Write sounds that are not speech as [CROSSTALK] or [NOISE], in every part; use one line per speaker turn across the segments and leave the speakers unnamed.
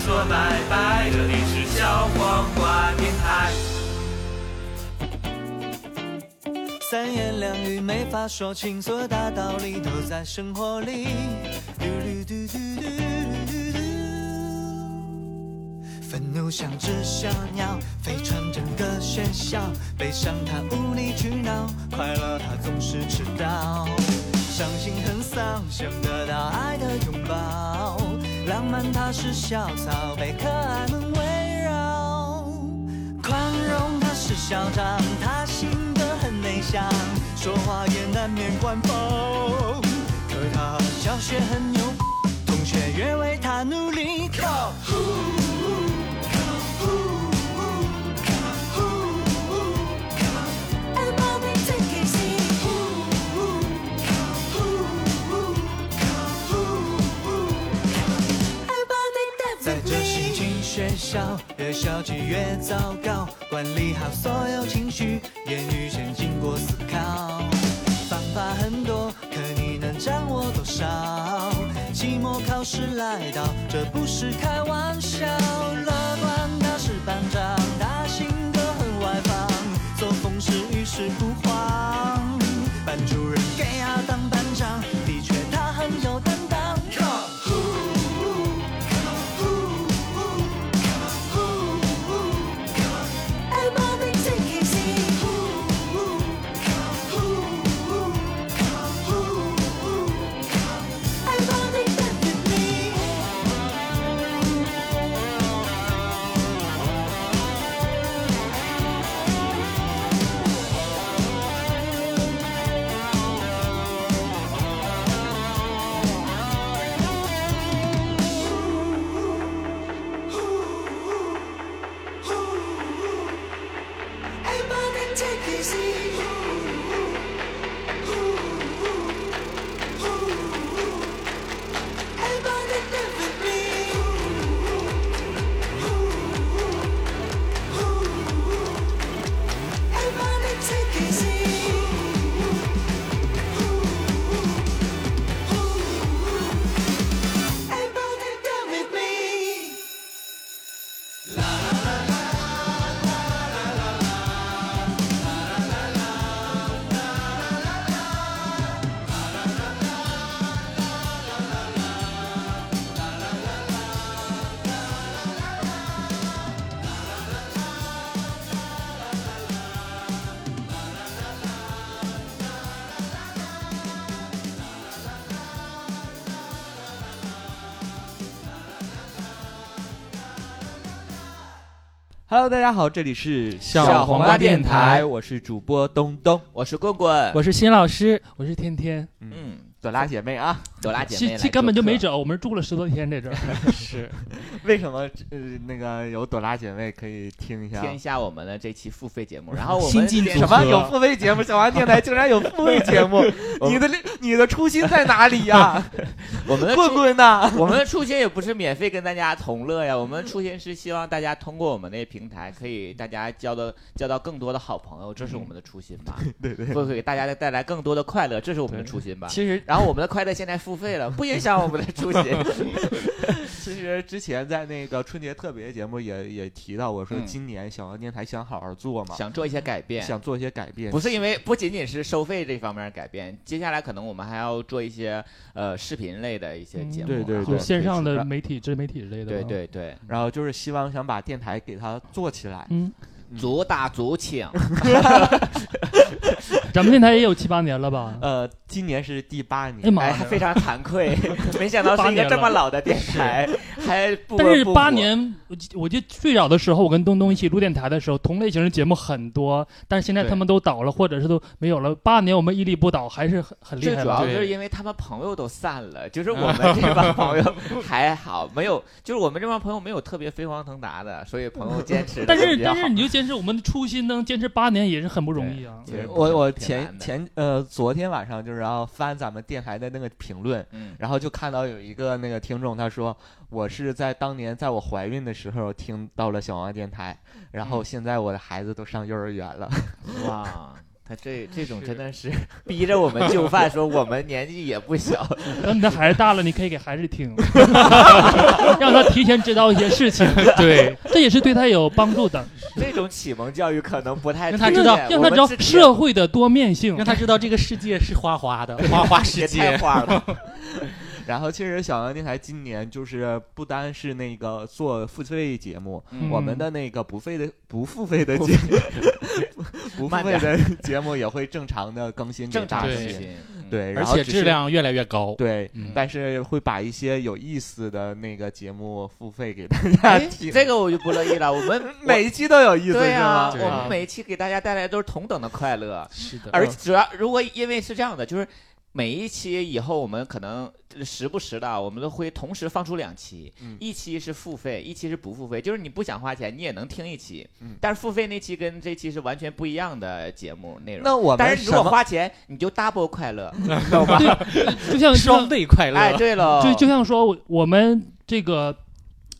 说拜拜，这里是小黄瓜电台。
三言两语没法说清所有大道理，都在生活里。嘟嘟嘟嘟嘟嘟嘟愤怒像只小鸟，飞穿整个学校。悲伤它无理取闹，快乐它总是迟到。伤心很丧，想得到爱的拥抱。浪漫它是校草，被可爱们围绕。宽容他是嚣张，他性格很内向，说话也难免官风。可他教学很牛，同学也为他努力。靠呼靠呼靠呼靠
Everybody take it easy. Everybody
在这心情学校，越消极越糟糕。管理好所有情绪，言语先经过思考。方法很多，可你能掌握多少？期末考试来到，这不是开玩笑。乐观他是班长，他性格很外放，作风是遇事不慌。班主任给他当班长，的确他很有担当。 [LAUGHS]
Everybody take it easy. Everybody dance with me.
，Hello，大家好，这里是
小黄瓜电台
我是主播东东。
我是棍棍，
我是新老师，我是天天。
嗯，朵拉姐妹啊，朵拉姐妹
其
来
其根本就
做客
没走，我们住了十多天
[LAUGHS]
在这儿。是，
为什么呃那个有朵拉姐妹可以听一下？
听一下我们的这期付费节目，然后我
新
们
进
连
组
什
什
么
么，
合
有付费节目？小王电台竟然有付费节目
[LAUGHS] 我
你的你的初心在哪里
[LAUGHS]
呀？
我们的
棍棍
[LAUGHS]
呐，
我们的初心也不是免费跟大家同乐呀，我们的初心是希望大家通过我们那平台，可以大家交的交到更多的好朋友，这是我们的初心吧？
对对
会给大家带来更多的快乐，这是我们的初心吧？
嗯其
[LAUGHS]
实
然后我们的快乐现在付费了，不影响我们的初心。
其实之前在那个春节特别节目也也提到，我说
嗯
今年小王电台想好好做嘛，
想做一些改变，
想做一些改变，
不是因为不仅仅是收费这方面的改变，接下来可能我们还要做一些呃视频类的一些节目啊，
对对
就
对啊
嗯线上的媒体、自媒体之类的。
对。对对，
然后就是希望想把电台给它做起来。 [LAUGHS]
嗯，
主打哎主 [LAUGHS] 请，
咱们电台也有七八年了吧？
呃，今年是第八年，
哎呀妈
嗯哎，
呀！
非常惭 [LAUGHS] 愧，没想到是一个这么老的电台，还不
但是
温不火
八年，我记我记得最早的时候，我跟东东一起录电台的时候，同类型的节目很多，但是现在
对
他们都倒了，或者是都没有了。八年我们屹立不倒，还是很很厉
最
害
主
的。
要
对
就是因为他们朋友都散了，就是我 [LAUGHS] 们这帮朋友还好，没有，就是我们这帮朋友没有特别飞黄腾达的，所以朋友坚持得
但是
比较
但
好。
是你就坚持我们的初心，能坚持八年也是很不容易啊。
对
嗯我我
挺
前
难的
前呃昨天晚上就是然后翻咱们电台的那个评论，
嗯，
然后就看到有一个那个听众他说我是在当年在我怀孕的时候
嗯
听到了小王电台，然后现在我的孩子都上幼儿园了， [LAUGHS]
哇，他这这种真的是 [LAUGHS] 逼着我们就范，说我们年纪也不小，
等你的孩子大了，你可以给孩子
[LAUGHS]
听，让他提前知道一些事情，
对，
这也是对他有帮助的，
这种启蒙教育可能不太
让他
推
知道
荐
让
我
他
们
知道
自己
社会的多面性
让。他知道这个世界是花花的，花花世
也太
界。
花了。 [LAUGHS]
然后，其实小杨电台今年就是不单是那个做付费节目，
嗯
我们的那个不费的不付费的节
[LAUGHS]
目，不付费的节目也会正常的更新给
正
大
常
家，
对
更新，嗯
对，
而
然后
且
只是
质量越来越高。
对
嗯，
但是会把一些有意思的那个节目付费给大家听。
哎 [LAUGHS] 这个我就不乐意了。我 [LAUGHS] 们
[LAUGHS] 每一期都有意思，
对
是
呀，
吗？嗯
我
对啊
们每一期给大家带来都是同等的快乐，
是的
而主要如果因为是这样的，就是每一期以后我们可能呃时不时的，啊我们都会同时放出两期，
嗯
一期是付费，一期是不付费，就是你不想花钱你也能听一期，
嗯
但是付费那期跟这期是完全不一样的节目内容。
那我
但
们
是
什
如果
么？
花钱，你就 double 快乐。
就像
[LAUGHS] 双倍快
[LAUGHS]
乐。
哎，对了，
就就像说我我们这个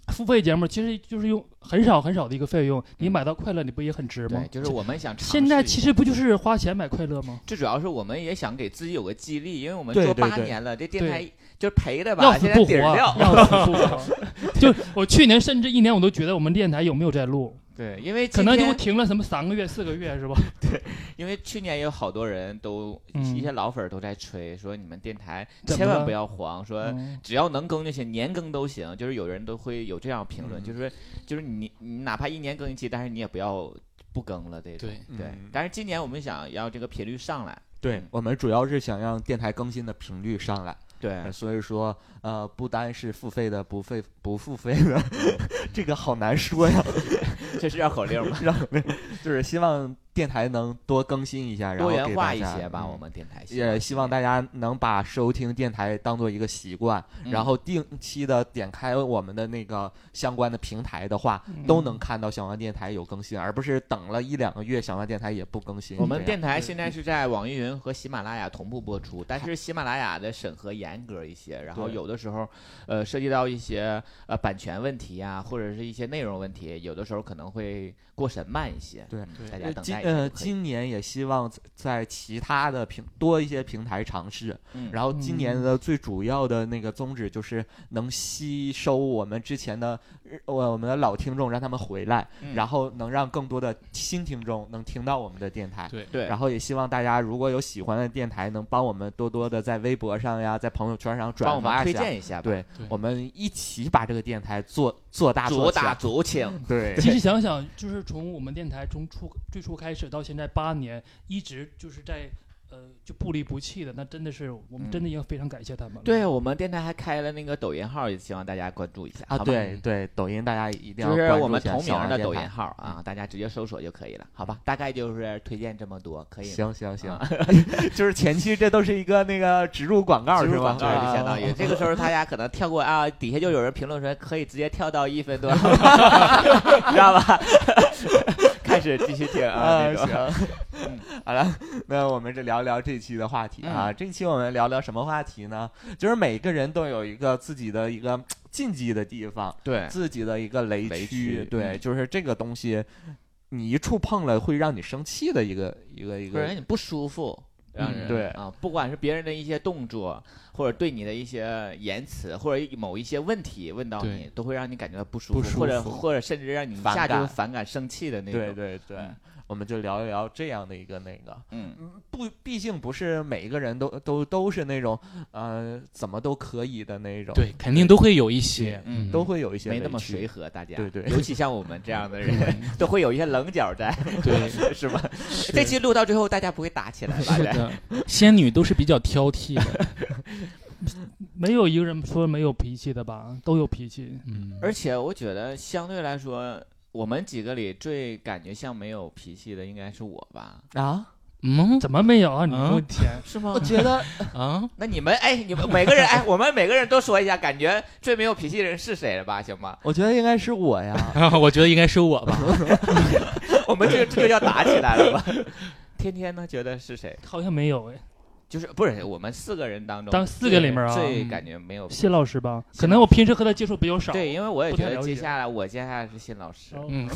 付费节目，其实就是用很少很少的一个费用，你买到快乐，你不也很值吗
对，？就是我们想尝试一
现
下。
在其实不就是花钱买快乐
[LAUGHS]
吗？
最主要是我们也想给自己有个激励，因为我们
对
做
对
八
对
年了，这电
对
台就是赔的
要
吧，
死
现在
不活啊
底儿掉，。
要死不活。 [LAUGHS] 就是我去年甚至一年，我都觉得我们电台有没有在录，
对，因为
可
今
能就
天
停了什么三个月、四个月是吧？
因为去年也有好多人都、
嗯
一些老粉儿都在吹说你们电台
怎么
千万
了
不要黄，说
嗯
只要能更就行，年更都行。就是有人都会有这样评论，
嗯
就是就是你你哪怕一年更一期，但是你也不要不更了这种。
对
对
嗯
但是今年我们想要这个频率上来，嗯
对我们主要是想让电台更新的频率上来，
对
呃所以说呃，不单是付费的，不费不付费的， [LAUGHS] 这个好难说呀。
这是绕口令
[LAUGHS]
嘛，
让我们就是希望电台能多更新一下，然后
多元
给
化
大
一
家
些吧，
嗯
我们电台
也希望大家能把收听电台当做一个习惯，
嗯
然后定期的点开我们的那个相关的平台的话，
嗯
都能看到小王电台有更新，而不是等了一两个月小王电台也不更新。
我们
这样
电台现在是在网易云和喜马拉雅同步播出，但是喜马拉雅的审核严格一些，然后
对
有的时候，呃，涉及到一些呃版权问题啊，或者是一些内容问题，有的时候可能会过审慢一些。
对
嗯
对
大家
呃
等
今
待一下就可以。
呃今年也希望在在其他的平多一些平台尝试，
嗯
然后今年
嗯
的最主要的那个宗旨就是能吸收我们之前的日我我们的老听众，让他们回来，
嗯
然后能让更多的新听众能听到我们的电台。
对
对，
然后也希望大家如果有喜欢的电台，能帮我们多多的在微博上呀，在朋友圈上
帮我
转
们
发
推
一下。
荐一下吧。
对
对，
我们一起把这个电台做做大
左
做嗯
打
强。
左请， [LAUGHS]
对，
其实想想，就是从我们电台从初最初开始到现在八年，一直就是在呃就不离不弃的，那真的是我们
嗯
真的要非常感谢他们了。
对啊我们电台还开了那个抖音号，也希望大家关注一下。
啊，
好吧
对对，抖音大家一定要
就是
关
我
注
们
一下
同
小
名
王
的
电
抖
台嗯
音号啊，大家直接搜索就可以了，好吧？大概就是推荐这么多，可以吗？
行行行
啊，
[LAUGHS] 就是前期这都是一个那个植入广告
植
是
入
吧
广？告
对
就相当于啊这个时候大家可能跳过啊，底下就有人评论说可以直接跳到
[LAUGHS]
一分多，知道吧？ [LAUGHS] 开始继续听啊，
啊，
那种嗯
行， [LAUGHS] 好了，那我们这聊聊这期的话题啊。这期我们聊聊什么话题呢？就是每个人都有一个自己的一个禁忌的地方，
对
自己的一个雷
雷
区
区，
对，
嗯
就是这个东西，你一触碰了会让你生气的一个一个一
不然
个，
你不舒服。让
嗯
人
对
啊，不管是别人的一些动作，或者对你的一些言辞，或者某一些问题问到你，都会让你感觉到不舒服，
不舒服
或者或者甚至让你一
反
下就
感
反感、生气的那种。
对对对
嗯，
我们就聊一聊这样的一个那个。
嗯，
嗯，不，毕竟不是每一个人都都都是那种，呃，怎么都可以的那种，，
对，肯定都会有一些，
嗯
都会有一些
没那
雷
么
区
随和，大家
对对
尤其像我们这样的人，都会有一些棱角在，
对，
[LAUGHS] 是吧？
是
这期录到最后，大家不会打起来吧？
是的，仙女都是比较挑剔的，
[LAUGHS] 没有一个人说没有脾气的吧，都有脾气。
嗯，
[LAUGHS] 而且我觉得相对来说，我们几个里最感觉像没有脾气的应该是我吧？
啊。
嗯
怎么没有啊？你
嗯
我天，
是吗
我？觉
[LAUGHS]
得
啊， [LAUGHS]
那你们哎，你们每个人哎，我们每个人都说一下，感觉最没有脾气的人是谁了吧？行吗？
我觉得应该是我
[LAUGHS]
呀，
啊我觉得应该是我吧，
我们这个这就要打起来了吧？天天呢，觉得是谁？
好像没有哎，
就是不是我们四个人当中，
当四个里面啊
最
嗯
感觉没有
谢老师吧，
谢
可能我平时和他接触比较少，
对，因为我也
不
觉
太
得
了
接
解
下来我接下来是新老师，
哦
[LAUGHS]
嗯，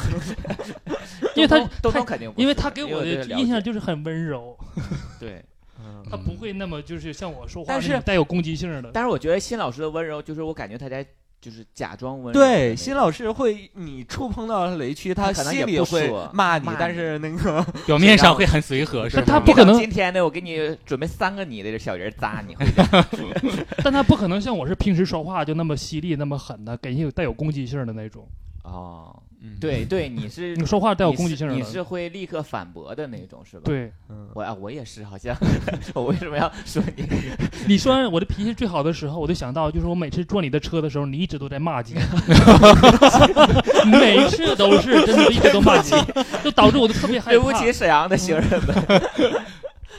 因为他
东东东
他
东肯定不是，
因为他给
我
我
对
的
了
印象
解
就是很温柔，
对。
嗯
他不会那么就是像我说话
但
那
是
种带有攻击性的。
但是我觉得新老师的温柔，就是我感觉他在就是假装温柔的那种。
对，新老师会，你触碰到了雷区，
他可能也
心里
不
会
说
骂你
骂，
但
你
是那个
表面上会很随和，是
但他
吗？
不可能
今天呢，我给你准备三个你的小人扎
[LAUGHS]
你。
但他不可能像我是平时说话就那么犀利、那么狠的，给人有带有攻击性的那种。
哦，
嗯，
对对，你是
你说话带有攻击性
你是你
的，
是会立刻反驳的那种，是吧？，
对。
[LAUGHS] 嗯
我啊，我也是，好像 [LAUGHS] 我为什么要说你？
你说我的脾气最好的时候，我就想到就是我每次坐你的车的时候，你一直都在骂
[LAUGHS]
街， [LAUGHS] 每次都是真的一直都骂街，就导致我都特别 [LAUGHS] 害
对不起，
怕。
沈阳的行人
[LAUGHS]
们。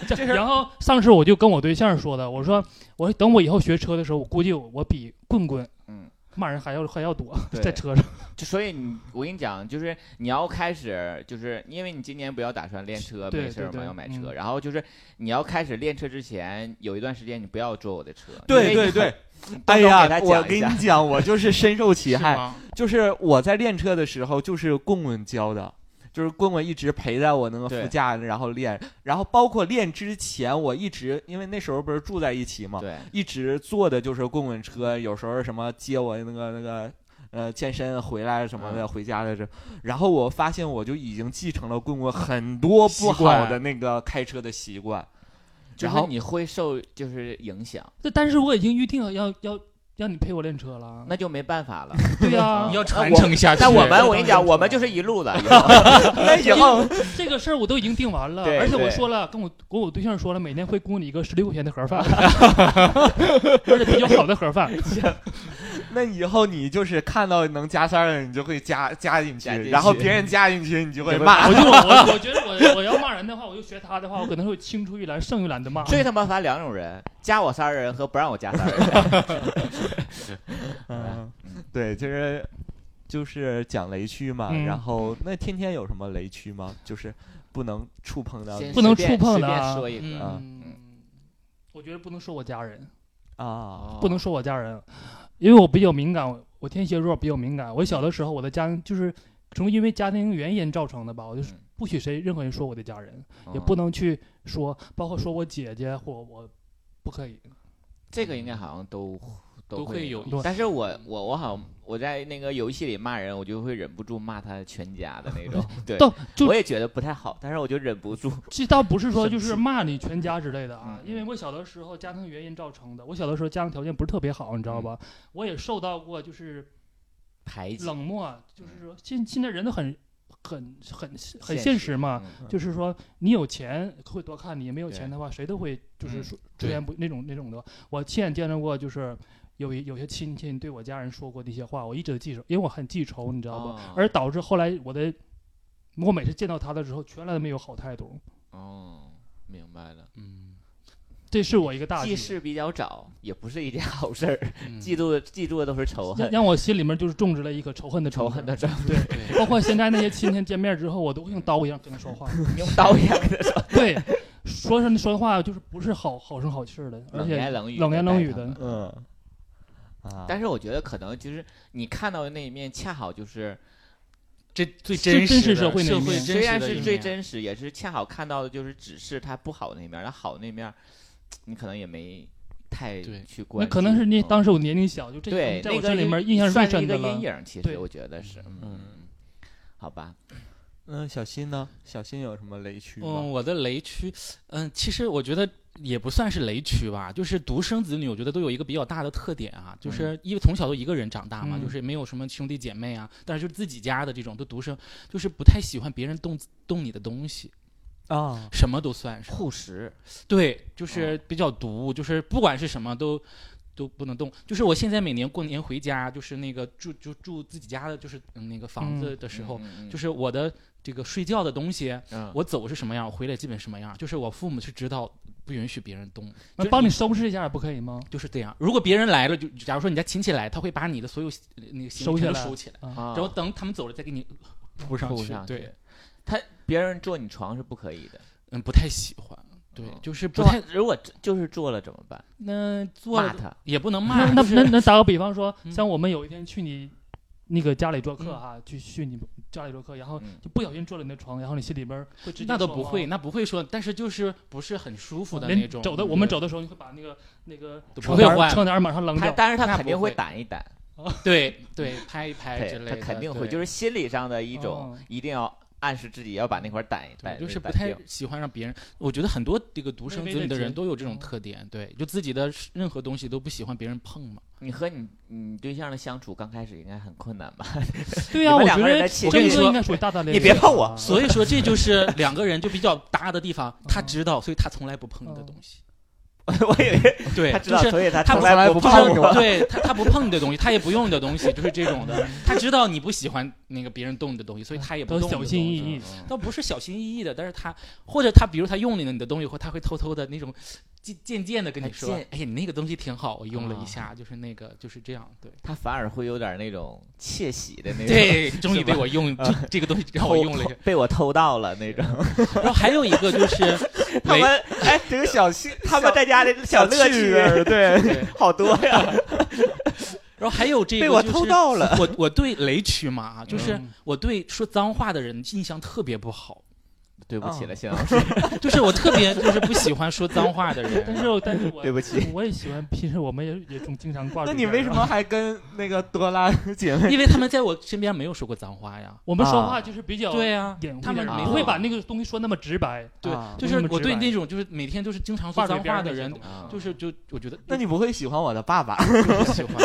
这然后上次我就跟我对象说的，我说我说等我以后学车的时候，我估计我比棍棍
嗯，
骂人还要还要多，
对
在车上。 [LAUGHS]
就所以你，我跟你讲，就是你要开始，就是因为你今年不要打算练车，
对
没事儿
对
嘛，
对
要买
嗯
车。然后就是你要开始练车之前，有一段时间你不要坐我的车。
对
因
对
为你
对，
很，
哎
东东给
呀
他，
我
讲一
跟
下
你讲，我就是深受其害，
吗？
就是我在练车的时候，就是棍棍教的，就是棍棍一直陪在我那个
对
副驾，然后练，然后包括练之前，我一直因为那时候不是住在一起嘛，
对，
一直坐的就是棍棍车，有时候什么接我那个那个。呃，健身回来什么
嗯
的，回家的这，然后我发现我就已经继承了棍棍很多不
习惯
好的那个开车的习惯，
就
然
是
后
你会受就是影响，
这但是我已经预定了要要让你陪我练车了。
那就啊没办法
[LAUGHS]
了。
对呀、
你要传承下去。
但我们
对
我跟你讲，
当然
我们就是一路的，以后
[LAUGHS]
那以后
哎这个事儿我都已经定完了，
对
而且我
对
说了，跟我跟我对象说了，每天会供你一个十六块钱的盒饭，
[LAUGHS]
而且比较好的盒饭。
那以后你就是看到能加塞儿的，你就会加加进去
加进，去
然后别人加进去，你就会
就会
骂
[LAUGHS]
我。就我我觉得我我要骂人的话，我就学他的话，我可能会青出于蓝胜于蓝的骂。
最他妈烦两种人，加我仨人和不让我加仨人。
嗯，对，就是就是讲雷区嘛。
嗯
然后那天天有什么雷区吗？就是不能触碰到
先
你
不能
随便
触碰的
随
啊
便说一个，
啊
嗯，我觉得不能说我家人，
啊，
不能说我家人，因为我比较敏感，我我天蝎座比较敏感。我小的时候，我的家就是从因为家庭原因造成的吧，我就是
嗯
不许谁任何人说我的家人，
嗯，
也不能去说，包括说我姐姐或我不可以。
这个应该好像都
都会
会
有
对
但是我我我好像我在那个游戏里骂人，我就会忍不住骂他全家的那种。对，
到就
我也觉得不太好，但是我就忍不住。
这倒不是说就
生
是
气
骂你全家之类的啊，
嗯
因为我小的时候家庭原因造成的。我小的时候家庭条件不是特别好，你知道
嗯
吧？我也受到过就是
排挤，
冷漠，啊就是说现现在人都很很很很
嗯现
现
实
实嘛，
嗯
就是说你有钱会多看你，没有
对
钱的话谁都会就是
嗯
说出
对
言不那种那种的。我亲眼见到过就是。有一有些亲戚对我家人说过的一些话，我一直记着，因为我很记仇，你知道吧？
哦
而导致后来我的，我每次见到他的时候，从来都没有好态度，
哦，明白了。
嗯，
这是我一个大忌。
记事比较早，也不是一件好事儿，
嗯
记住的记住的都是仇
让 [LAUGHS]
恨，
让我心里面就是种植了一个仇恨的种
仇
子
恨的仇，
对
包括现在那些亲戚见面之后，我都会用刀一样跟他说话。
用刀一样的仇。
[LAUGHS] 对，说上说话就是不是好好声好气儿的，而
冷言
且
冷语，
冷言冷语的。
嗯啊，
但是我觉得可能就是你看到的那一面，恰好就是
这
最
最真
真
实
实
的
社会那
社
一面
会真
虽
实
然
的一
是
面
最真实，也是恰好看到的就是只是它不好的那面，那好的那面，你可能也没太
对
去关
那
注。
可能是那
嗯
当时我年龄小，就这一
对
点在我
那个
这里面
就
印象是
算
最
是一
深
个
的
阴
了。
影，其
对
实我觉得是，嗯，好吧，
嗯，小新呢？小新有什么雷区
嗯，
吗？
我的雷区，嗯，其实我觉得也不算是雷区吧，就是独生子女，我觉得都有一个比较大的特点啊，就是因为从小都一个人长大嘛，
嗯
就是没有什么兄弟姐妹啊，但是就是自己家的这种都独生，就是不太喜欢别人动动你的东西，
啊，
什么都算是。
护食，
对，就是比较毒，就是不管是什么都都不能动。就是我现在每年过年回家，就是那个住就住自己家的，就是嗯那个房子的时候，
嗯
就是我的这个睡觉的东西，
嗯
我走是什么样，我回来基本什么样。就是我父母是知道不允许别人动，
那
就是
帮你收拾一下也不可以吗？
就是这样。如果别人来了，就假如说你家亲戚来，他会把你的所有呃那个行
收
李
起
全都
来
收起来，
啊
然后等他们走了再给你铺上
护
去。
上
对，，
他别人坐你床是不可以的。
嗯，不太喜欢。对，就是不
做
太
[LAUGHS] 如果就是做了怎么办？
那做
骂
了
他，
也不能
那
骂，
那
就是
那那打个比方说，
嗯
像我们有一天去你那个家里做客哈，去去你家里做客，然后
嗯
就不小心坐了你的床，然后你心里边儿会直接
那都
说
不
哦
会，那不会说，但是就是不是很舒服的
连
那种。
走的，我们走的时候，你会把那个那个
都不
床
会
单
换
儿床单儿马上扔
他
掉。
但是他
那
肯定
不
会
会
掸一掸，
对对，拍一拍之
对，
类
他
的，
肯定会，
对
就是心理上的一种
哦，
一定要暗示自己要把那块儿掸一
对
掸，
就是不
掸
太
掉
喜欢让别人。我觉得很多这个独生子女的人都有这种
嗯
特点，对，就自己的任何东西都不喜欢别人碰嘛。
你和你你对象的相处刚开始应该很困难
[LAUGHS]
吧？
对呀，
你们
我
两
觉
个人
得
的气
这
质
个应该属于大大咧咧。啊
你别
[LAUGHS]
碰我
所以说这就是两个人就比较搭的地方，他
嗯
知道，所以他从来不碰你的
嗯
东西。
我以为
对
哦他，知道，
就是
所以他
他
从
从
来
来
不
不
就是
碰
碰
我。嗯
对他，他不碰你的东西，他也不用你的东西，就是这种的。他知道你不喜欢那个别人动你的东西，所以他也不
都
动你的
小心
东
翼
西
嗯
翼。
倒不是小心翼翼的，但是他或者他比如他用了你的东西以后，他会偷偷的那种渐渐渐的跟你说
哎啊渐，
哎呀，你那个东西挺好，我用了一下，就是那个就是这样，对
他反而会有点那种窃喜的那种，
[LAUGHS] 对，终
哎
于
是吧
被我用这这个东西让
偷，
我用了一下。
被我偷到了那种。
然后还有一个就是
他
没
们哎，这个小趣，他们在家的小乐趣儿，对， [LAUGHS] 好多呀，
然后还有这个
被我
就是
偷到了。
我我对雷区嘛啊，就是
嗯
我对说脏话的人印象特别不好，
对不起了，谢老 [LAUGHS] 师，
就是我特别就是不喜欢说脏话的
但
人。
是但是我
对不起。
我也喜欢，平时我们也也总经常挂。
那你为什么？还跟那个多拉姐妹？
因为他们在我身边没有说过脏话呀，
我们说
啊
话就是比较
对呀、
掩护
他们
一点
没
儿
啊
不
有
会把那个东西说那么直白。
对
啊
就
不
是
那么
我
直
对
白
那种就是每天都是经常说
嘴
脏
边
话
儿
的
那些
人啊嗯
东，西
就是就我觉得
那你不会喜欢我的爸爸？
[LAUGHS]
不喜欢，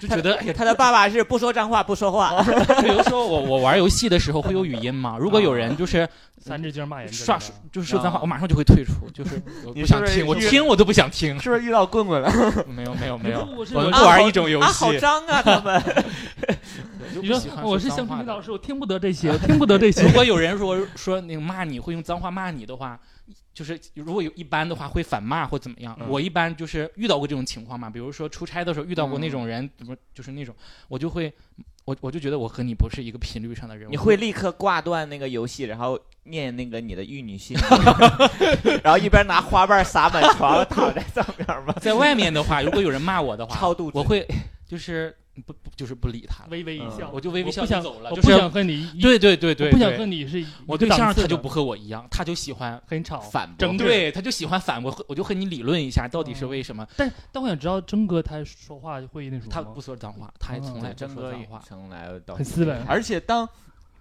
就觉得哎呀，
他的爸爸是不说脏话，不说
[LAUGHS]
话，
比如说我我玩游戏的时候会有语音嘛，如果有人就是
三字经骂人之类
刷
的，
就是说脏话，
啊
我马上就会退出，就是我
你是
不想
不是
听，我
遇
听我都不想听，
是不是遇到棍棍了？
没有没有没有，
我是
我们
我
不玩一种游
啊，好
戏，
脏啊，他们。
就
你
不喜
说
欢
我是
说
乡
脏话
村
的
老
人。
师，我听不得这
[LAUGHS]
些，我听不得这些
如。果有人说说那个骂你会用脏话骂你的话，就是如果有一般的话会反骂或怎么样。
嗯
我一般就是遇到过这种情况嘛，比如说出差的时候遇到
嗯
过那种人，怎么就是那种，我就会我我就觉得我和你不是一个频率上的人。
你
我
会立刻挂断那个游戏，然后念那个你的玉女
[LAUGHS]
心，然后一边拿花瓣撒满床，躺在上面吗？ [LAUGHS]
在外面的话，如果有人骂我的话，
超度之
我会就是不不就是不理他了，
微微一笑，
嗯我就微微
我
笑
不
就
想
走了。
我
就
不
是
想和你一，
对对对对，
我不想和
对
你是一
我
一
对
个档
象
次
他就
的
不和我一样，他就喜欢
很吵。
反驳
整，对
对，他就喜欢反驳，我就和你理论一下，到底是
嗯
为什么？
但但我想知道曾哥他说话会那什么吗？嗯
他不说脏话，他也从来不
真
说
哥
脏话。
从来到
很斯文
而且当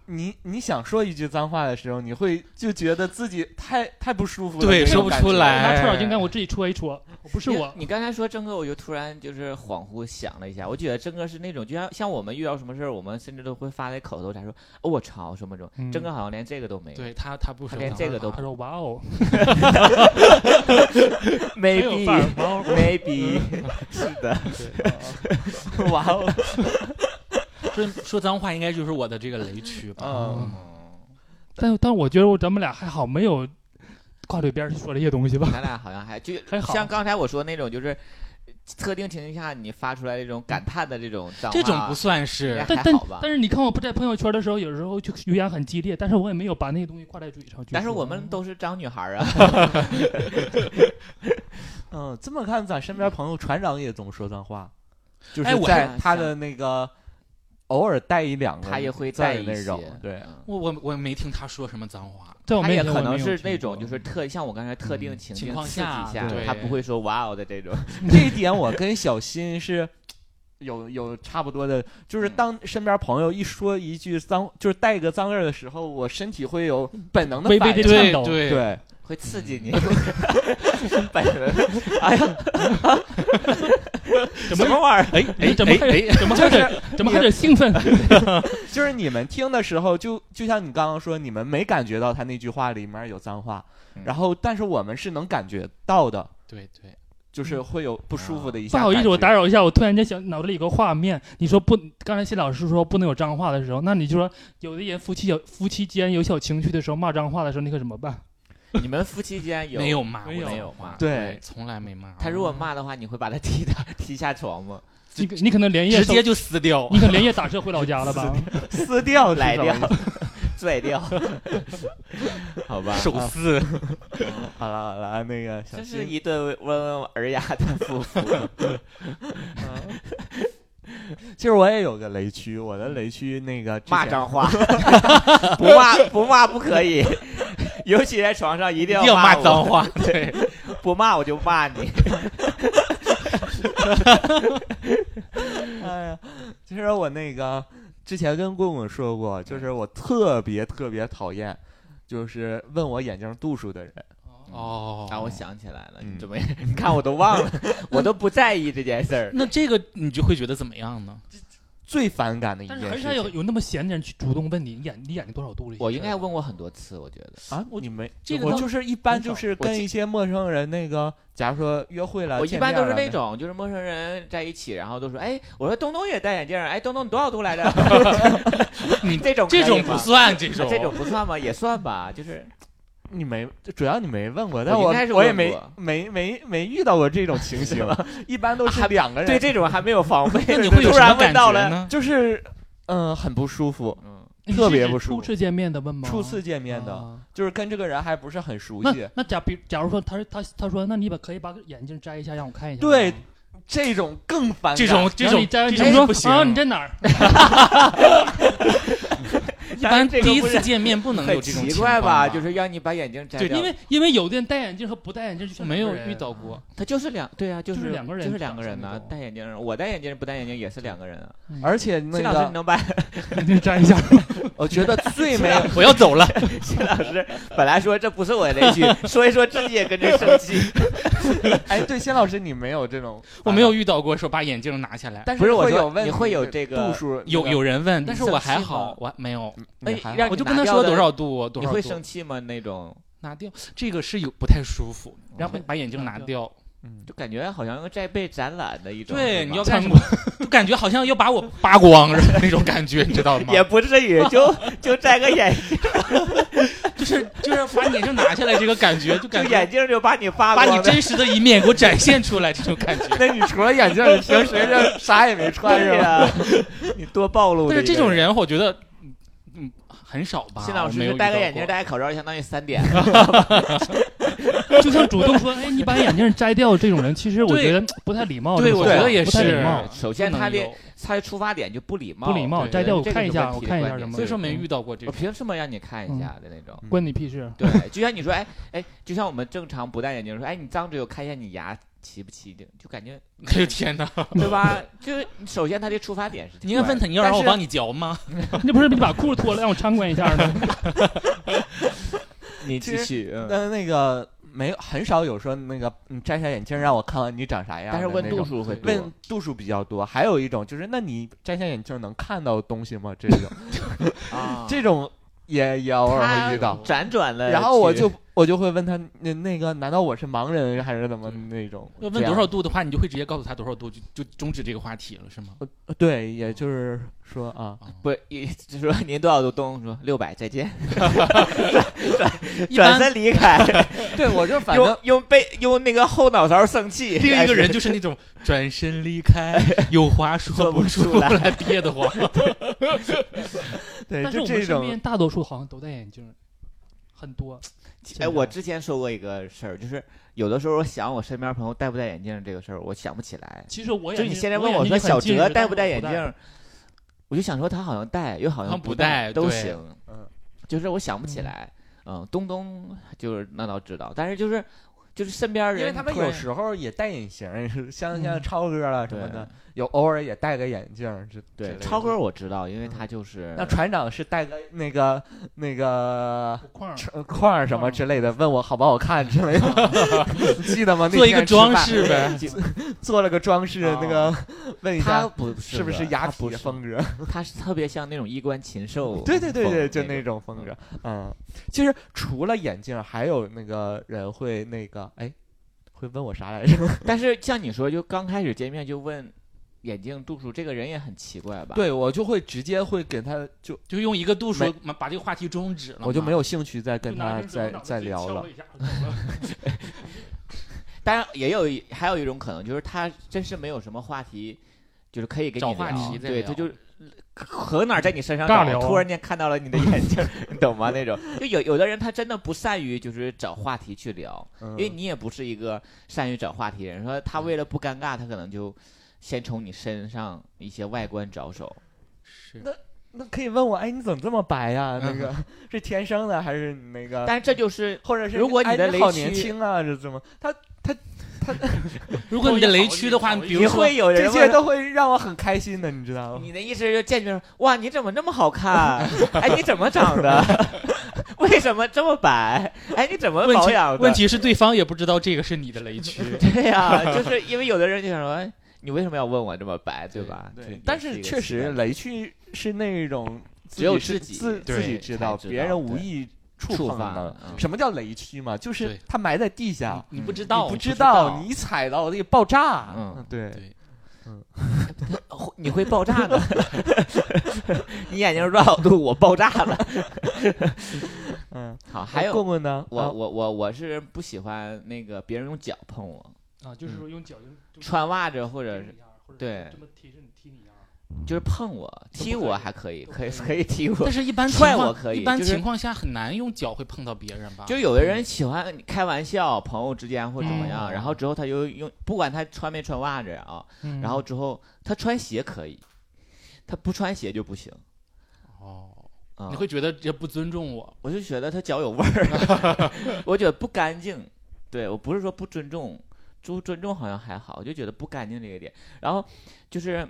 你你想说一句脏话的时候，你会就觉得自己太太不舒服了，
对
那种
说不
感
出
觉
来
拿搓澡巾杆我自己戳一戳，我不是我。
你刚才说真哥，我就突然就是恍惚想了一下，我觉得真哥是那种，就像像我们遇到什么事儿，我们甚至都会发在口头禅说“哦，我操”什么什么。
嗯
真哥好像连这个都没有
对他，他不
他
说
连
脏
这个
话
都
他说哇哦，没有范儿
，maybe，
哇哦
[LAUGHS]
maybe 是的，
哇哦，
说说脏话应该就是我的这个雷区吧。
嗯，
但但我觉得我咱们俩还好没有挂嘴边儿说这些东西吧。
咱俩好像还就
还好
像刚才我说那种，就是特定情境下你发出来这种感叹的这种脏话
这种不算是
哎，
但
还
但
好吧
但是你看我不在朋友圈的时候，有时候就语言很激烈，但是我也没有把那些东西挂在嘴上去说。
但是我们都是脏女孩儿啊，
嗯，这么看，咱身边朋友船长也总说脏话，就
哎
是
我
在
还
他的那个偶尔带一两个，
她也会
在
带一
那
些
种，对，
嗯
我我我没听他说什么脏话。
在我
她
面
也
前
可
我
能
没有
是
听
那
过
种就是特像我刚才特定情境
情况
刺激
下
下
对
她不会说哇哦的这种，
这一点我跟小新是有有差不多的，就是当身边朋友一说一句脏，就是带个脏字儿的时候，我身体会有本能的
微微
反应，
地颤抖
对
对，
会刺激你。本人，哎呀，
怎
什
么
么玩意儿？
哎哎
怎么还
哎，
怎么还得怎么还得兴奋？
就是你们听的时候就，就像你刚刚说，你们没感觉到他那句话里面有脏话，
嗯
然后但是我们是能感觉到的，
对对，
就是会有不舒服的一
不
下。
好意思，我打。扰一下，我突然间想脑子里有个画面，你说不，刚才谢老师说不能有脏话的时候，那你就说有的人夫妻有夫妻间有小情绪的时候骂脏话的时候，你可怎么办？
你们夫妻间有
没？有骂，
没有
没有骂，
对
从来没骂。
他如果骂的话，你会把他踢他踢下床吗？
你可你可能连夜
直接
收
就撕掉
你，可能连夜打车回老家了吧？
[LAUGHS]
撕掉
来掉，拽掉，好吧？
手撕，
啊好了好了，那个小
这
新
是一顿温文尔雅的夫妇。
其实我也有个雷区，我的雷区那个之前
骂脏 [LAUGHS] 话，不骂不骂不可以，尤其在床上一定
一定要骂
我
脏，话，对，
不骂我就骂你。
哎呀，其实我那个之前跟棍棍说过，就是我特别特别讨厌，就是问我眼镜度数的人。
哦
啊，我想起来了，
嗯
你怎么？你看我都忘 [LAUGHS] 了，我都不在意这件事儿。
那这个你就会觉得怎么样呢？
最反感的一
但
件
是
事
很
情
少有有那么闲的人去主动问你，你眼你眼睛多少度了？
[LAUGHS] 我应该问过很多次，我觉得
啊！你没
这个
我
倒
就是一般
很少
就是
我
跟
记
一些陌生人那个，假如说约会了，
我一
见
般
面
都是
了
那种，就是陌生人在一起，然后都说，哎，我说东东也戴眼镜儿，哎，东东你多少度 [LAUGHS] 来着？
你
这种可以
这种
吧
不算，这
啊
种
这种不算吗？也算吧，就是
你没，主要你没问过，但
我应
我
该是
我也
问
没
过
没没没遇到过这种情
[LAUGHS]
形，一般都是两个人
啊对这种还没有防 [LAUGHS] 备，
那你
就
会有
突
什么
然问
感
到
觉
了，
呢？
就是嗯、呃很不舒服。
嗯，哦
你是
特别
指
不舒服
初次见面的问吗？
初次见面的，
啊
就是跟这个人还不是很熟
那
悉，
嗯
那假比假如说他是他他说那你把可以把眼镜摘一下让我看一下吗。
对这种更反感。
这种这
然后
种
你摘完
这
镜
种不行
说，啊你在哪儿？
一哎
一般第一次见面不能有
很
这种
奇
情
怪
况
吧？就是让你把眼镜摘
对
掉，
因为因为有的人戴眼镜和不戴眼镜就像
没有
两个人 [LAUGHS]
遇到过，
他就是两对啊，就是
两个人
就是两个人
长
呐
相那。种
戴眼镜儿，我戴眼镜儿不戴眼镜儿也是两个人啊。
而且那
秦老师，
个
你，能把
眼镜摘一下。
我觉得
[LAUGHS]
最没有，
我要走了， [LAUGHS]
秦老师本来说这不是我的雷区，说一说自己也跟着生气。
哎，对，仙老师你没有这
[LAUGHS]
种，
我没有，遇到过说把眼镜拿下来，
但
不是我
会
说
有问
你
题，
会有这个
度数，
有有人问，但是我还
生气吗
好，我还没有，
那个，你
哎
还
让
好
我就
拿
跟他
掉
说
的
多少度，多
你
少
会
度，
生气吗？那种
拿掉这个是有不太舒服，然后
嗯
把眼镜拿
拿
掉，
嗯
就感觉好像在被展览的一种。
对，你要
看
干什么？ [LAUGHS] 就感觉好像要把我扒光似的那种感觉，你知道 [LAUGHS] 吗？
也不至于，就就摘个
[LAUGHS]
眼
就是就是把眼镜拿下来这个感 [LAUGHS] 觉，就
就
感
眼
觉
镜就把你扒
把
光
你
了。
真实的一面给我展现出来，这种感觉。
[LAUGHS] 那你除了眼镜，你平时就啥也没穿
对
是吧？
呀， [LAUGHS] 你多暴露。
但是这种，人，我觉得嗯嗯很少吧。
新老
啊我没
师
有
就
遇
戴个
到
眼镜，
过
戴个口罩，相当于三
[LAUGHS]
点。
就像主动说，哎，你把眼镜摘掉这种人，其实我觉得不太礼貌。这
对，
个
我
说
觉
法
得也
不太
是
礼貌。。
首先
不能
他的
有
他的出发点就不礼貌，
不礼貌
对
摘掉我
这个
看一
是
下
问题
我看一
的
下
观
什
点
么
所以说没遇到过这
我
种。
凭什么让你看
嗯
一下的那种？
关你屁事！ [LAUGHS]
对，就像你说，哎哎，就像我们正常不戴眼镜说，哎，你张嘴我看一下你牙齐不齐的，
[LAUGHS]
就感觉
[LAUGHS] 哎呦天哪！
对吧？就是首先他的出发点是奇怪的，
你应该问他，你要让我
但
帮
是
你嚼吗？
那不是你把裤子脱了让我参观一下吗？
你
其
继
实
续，嗯
但那个没有，很少有说那个你摘下眼镜让我看看你长啥样的那
但是
种，
问度数会多
问度数比较多，还有一种就是，那你摘下眼镜能看到东西吗？这 [LAUGHS] 种
啊，
这种也也偶尔会遇到。
辗转了去，
然后我就我就会问他，那那个难道我是盲人还是怎么那种？
要
这
嗯问
样
多少？度的话，你就会直接告诉他多少度，就就终止这个话题了， [LAUGHS] 是吗？
呃对，也就是说啊，
不是，一就说您多少度？东说六百，
[LAUGHS]
再见，
一
转
般
身离
[LAUGHS]
开，
[LAUGHS] 对我就反
用
正
用背用那个后脑勺生气，
另一个人就是那种转身离开，有话说不出来，憋得慌。
对
但是
就
我们
这
身
种
边大多数好像都戴眼镜，很多。
哎，我之前说过一个事儿，就是有的时候我想我身边朋友戴不戴眼镜这个事儿，我想不起来。
其实我
就
也
是你现在问
我
我
眼
说
睛
小
很近
哲
视
戴
但
不
我
戴
戴
眼镜，我就想说他好像戴，又好
好
像
像不
戴，
戴
都
对
行。
嗯，
就是我想不起来。嗯，东东就是那倒知道，但是就是就是身边人，
因为他们
突然
有时候也戴隐形，像像
嗯
超哥了什么的，有偶尔也戴个眼镜儿之之类
对
的
超哥我知道，
嗯
因为他就是
那船长是戴个那个那个
有框儿
呃框儿什么之类的，问我好不好看之类的，你 [LAUGHS] 记得吗？那
做一个
天吃
装
饭
饰呗，
做了个装饰，
哦
那个问一
他
下
不
是不
是
是雅
不
痞
是，
风格？
他
[LAUGHS]
是特别像那种衣冠禽兽风，
对对对对，就
那
那种
种
风格。嗯，其实除了眼镜，还有那个人会那个哎，会问我啥来着？
但是像你说，就刚开始见面就问眼镜度数，这个人也很奇怪吧？
对我就会直接会给他就
就用一个度数
没
把把这个话题终止了嘛。
我就没有兴趣再跟
就拿
他
镜子
再
往脑袋
再
直接
聊
敲
了。
一下走了
当然也有一还有一种可能，就是他真是没有什么话题就是可以跟你
找
聊
话题再
对，
聊
他就是可哪儿在你身上
尬
找
聊啊
突然间看到了你的眼睛， [LAUGHS] 你懂吗？那种就有有的人他真的不善于就是找话题去聊，因为
嗯
你也不是一个善于找话题的人，说他为了不尴尬，他可能就先从你身上一些外观着手。
是
那那可以问我，哎，你怎么这么白呀？那个是天生的还是那个？
但是这就是
或者是
如果你
哎
的
你
雷
好年
区
轻啊，这怎么？他
如果你的雷区的话，
你
比
你 [LAUGHS]
如说
会有人
这些
问。
都会让我很开心的，你知道吗？
你的意思就是见面哇，你怎么那么好 [LAUGHS] 看？哎，你怎么长的？ [LAUGHS] 为什么这么白？哎，你怎么
问
保
题
养的？
问题是对方也不知道这个是你的雷区，
对 [LAUGHS] 呀、就是因为有的人就想说，哎，你为什么要问我这么白，对吧？这
对，但
也
是
一个
确
习惯
实雷区是那种
只有
自
自己
自自
对
己知道，
才知
别人
道
无
对
意
触
触碰
发
的。
嗯
什么叫雷区嘛？就是
对
它埋在地下，
你不知
你
道，
不
不
知
道
道，你一踩到那个爆炸。
嗯，
对，
对，
会你会爆炸的， [LAUGHS] 你眼睛多少度，我爆炸了。
嗯，
好，还
棍
有
棍呢？
我
啊
我我我是不喜欢那个别人用脚碰我，
啊，就是说用脚用
穿袜子或者
踢你
是
一下，或者
对
这么提示你踢你一下。
就是碰我、踢我还可以，
都
可
可
以
以
可以踢我
但。是一般情
踹
况
我可以
一般
就是
情况下很难用脚会碰到别人吧？
就有的人喜欢开玩笑，朋友之间或者怎么样，
嗯
然后之后他就用，不管他穿没穿袜子啊，
嗯
然后之后他穿鞋可以，他不穿鞋就不行。
哦，
啊、
你会觉得这不尊重我，
我就觉得他脚有味儿， [LAUGHS] 我觉得不干净。对我不是说不尊重，尊尊重好像还好，我就觉得不干净这个点。然后就是，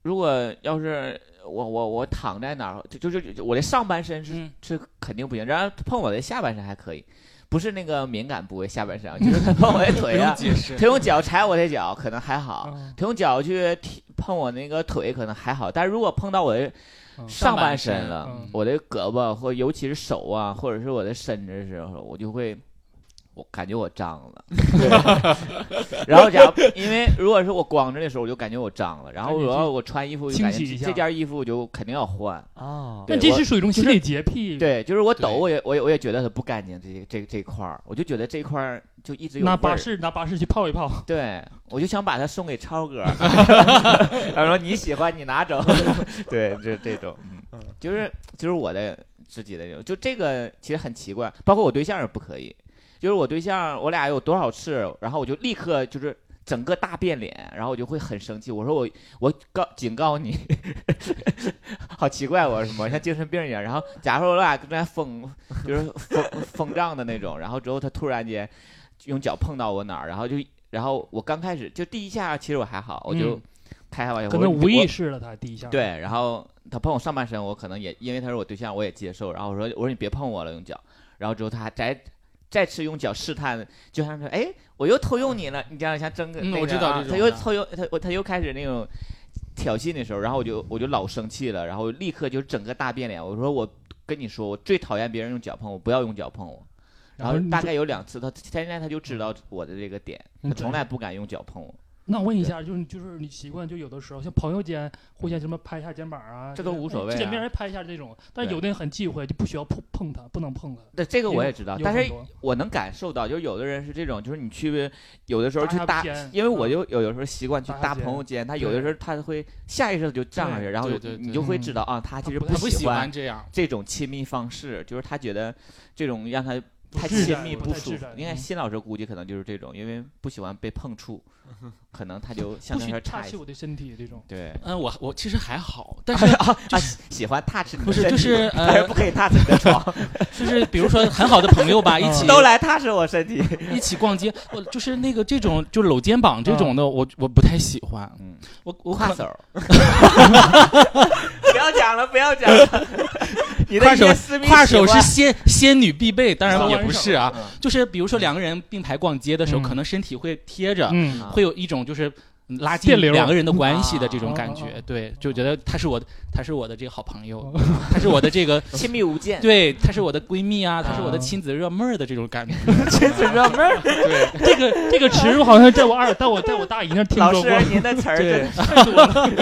如果要是我我我躺在哪儿，就就是就我的上半身是、
嗯
是肯定不行，然后碰我的下半身还可以，不是那个敏感部位下半身，啊，就是他碰我的
[LAUGHS] 不
腿
用
啊，
解释嗯
他。用脚踩我的脚可能还好，
啊
他用脚去踢碰我那个腿可能还好，但如果碰到我的
嗯
上半身
上半身
了，
嗯
我的胳膊或尤其是手啊，或者是我的身子的时候，我就会。我感觉我脏了，对然后假如因为如果是我光着的时候，我就感觉我脏了，然后
赶紧
我
去
要我穿衣服，就感
清洗
觉
一下
这件衣服我就肯定要换。
哦，
对
那这
我
是属于一种心理洁癖，，
对，就是我
对
抖，我也我也我也觉得它不干净，这这这块儿，我就觉得这块儿就一直有味
拿
儿。
巴士拿巴士去泡一泡，
对，我就想把它送给超哥， [LAUGHS] 然后说你喜欢你拿走。 [LAUGHS] 对，这这种，嗯
嗯
就是就是我的自己的这种，就这个其实很奇怪，包括我对象也不可以，就是我对象我俩有多少次，然后我就立刻就是。整个大变脸，然后我就会很生气。我说我我告警告你， [LAUGHS] 好奇怪我什么像精神病一样。然后假如说我俩正在疯，就是疯疯胀的那种，然后之后他突然间用脚碰到我哪儿，然后就然后我刚开始就第一下其实我还好，我就
嗯
开开玩笑，
可
我
能
说你
无
我
意识了他第一下。
对，，然后他碰我上半身，我可能也因为他是我对象，我也接受。然后我说我说你别碰我了，用脚。然后之后他还再再次用脚试探，就像说哎我又偷用你了，你这样像真个、
嗯
那个
我知道
啊
这
他
种
又
的
偷用他我他又开始那种挑衅的时候，然后我就我就老生气了，然后立刻就整个大变脸。我说我跟你说，我最讨厌别人用脚碰我，不要用脚碰我。
然
然后
后你
大
就
概有两次，他现在他就知道我的这个点，他
嗯对
从来不敢用脚碰我，
那我问一下，就是就是你习惯，就有的时候像朋友间互相什么拍一下肩膀啊，
这都无所谓啊
哎见面人拍一下这种，但是
对
有的人很忌讳，就不需要碰碰他，不能碰他。
对这个我也知道，
有
啊但
很
是
多
我能感受到，就是有的人是这种，就是你去有的时候去
搭
搭
一下肩，
因为我就有的时候习惯去
搭一下
搭朋友间，他有的时候他会下意识的就站上去，然后
对对
你
对
就会
嗯
知道啊，他其实
他
他不喜
欢
欢这样，
这种亲密方式，就是他觉得这种让他
不
太
自
亲
然
密
不
不
太
舒
自
服。
然
应该
嗯
新老师估计可能就是这种，因为不喜欢被碰触，可能他就相
不
对来
许
说
踏
差
起
一些。
我的身体这
[LAUGHS]
种。
对，
嗯，我我其实
[LAUGHS]
还好，但是
啊啊，喜欢踏实你的
不是
身
就
体
是
但是
呃
不，可以踏实你的
[LAUGHS]
床，
就是比如说很好的朋友吧，一
嗯
起
都来踏实我
[LAUGHS]
身体。
一起逛街，我
哦
就是那个这种就搂肩膀这种的，我我不太喜欢。
嗯，
我我
跨
可
手， [LAUGHS] 不要讲了，不要讲
[LAUGHS]
了。你的
跨
一些
手
私密
跨
习
手是
惯
仙仙女必备，当然
手
也
挽
不
手
是啊，
嗯
就是比如说两个人并排逛街的时候，
嗯
可能身体会贴着，
嗯，
啊
会有一种就是嗯拉近
电流
两个人的关系的这种
啊
感觉。对，就觉得她是我的，她是我的这个好朋友
哦，
她是我的这个，
啊亲密无间，
对，她是我的闺蜜啊，她是我的
啊
亲子热妹儿的这种感觉。
[LAUGHS] 亲子热妹
[LAUGHS]
儿。
这个
[LAUGHS]
这个词儿好像在我二，在我在我大姨那儿听
老
说
师
过。，
您的词儿真
对
太多了。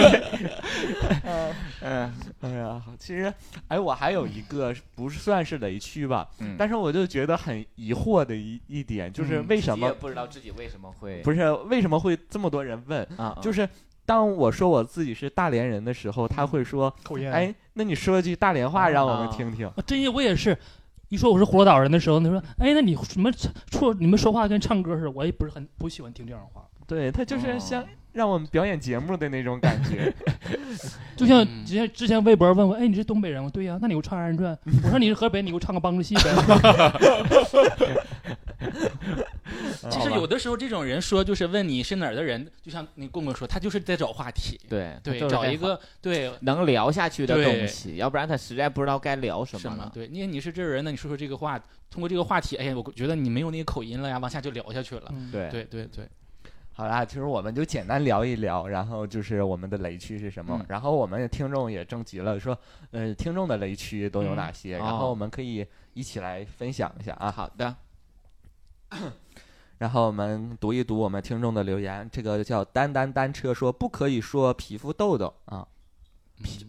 嗯
哎呀， [LAUGHS] 其实，哎，我还有一个不算是雷区吧，
嗯
但是我就觉得很疑惑的一一点，就是
嗯
为什么
不知道自己为什么会
不是为什么会这么多人问？
嗯
啊？
就是是当我说我自己是大连人的时候，他会说
口：“音，，
哎，那你说一句大连话让我们
啊
听听。
啊真我也是，一说我是葫芦岛人的时候，他说：“哎，那你什么说你们说话跟唱歌似的？”我也不是很不喜欢听这样的话。
对他就是
哦
像让我们表演节目的那种感 [LAUGHS] 觉。
就像
嗯
之前之前微博问我：“哎，你是东北人吗？”对呀、那你给我唱二人转。我说：“你是河北，你给我唱个梆子戏
[LAUGHS]
呗。
其实有的时候这种人说就是问你是哪儿的人，就像那棍棍说，他就是在找话题，
对
对，
就是
找
在
一个对
能聊下去的
对
东西，要不然他实在不知道该聊什
什
么
么
了。
对，因为你是这人，那你说说这个话，通过这个话题，哎呀，我觉得你没有那个口音了呀，往下就聊下去了。”
对
对对对，
好啦，其实我们就简单聊一聊，然后就是我们的雷区是什么，
嗯
然后我们听众也征集了，说呃听众的雷区都有哪些，
嗯
然
哦
后我们可以一起来分享一下啊。
好的，
嗯
然后我们读一读我们听众的留言，这个叫单单单车说不可以说皮肤痘痘啊，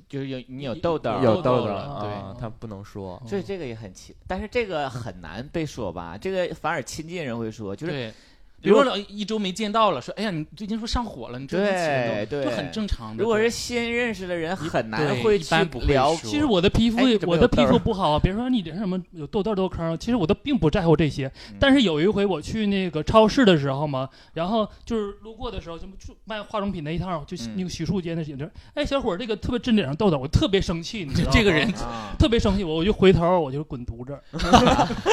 就是有你有痘痘，
有痘
有痘
痘
痘
了
了
啊，他不能说。
[LAUGHS]
嗯
所以这个也很奇，但是这个很难被说吧？这个反而亲近人会说，就是
对。比
如
如
果
说一周没见到了，说哎呀，你最近说上火了，你这
对对
就很正常的。
如果是
对
新认识的人，很难
对
会
一
去
般不会
聊
说。
其实我的皮肤
哎你，怎么
我
有
的皮
痘儿
肤不好，别说你脸上什么有痘痘、痘坑，其实我都并不在乎这些
嗯。
但是有一回我去那个超市的时候嘛，然后就是路过的时候，就就卖化妆品那一趟，就
嗯
那个洗漱间的人，哎，小伙儿，这个特别真脸上痘痘，我特别生气，你知道吗
这个人，
啊，
特别生气，我我就回头我就滚犊子，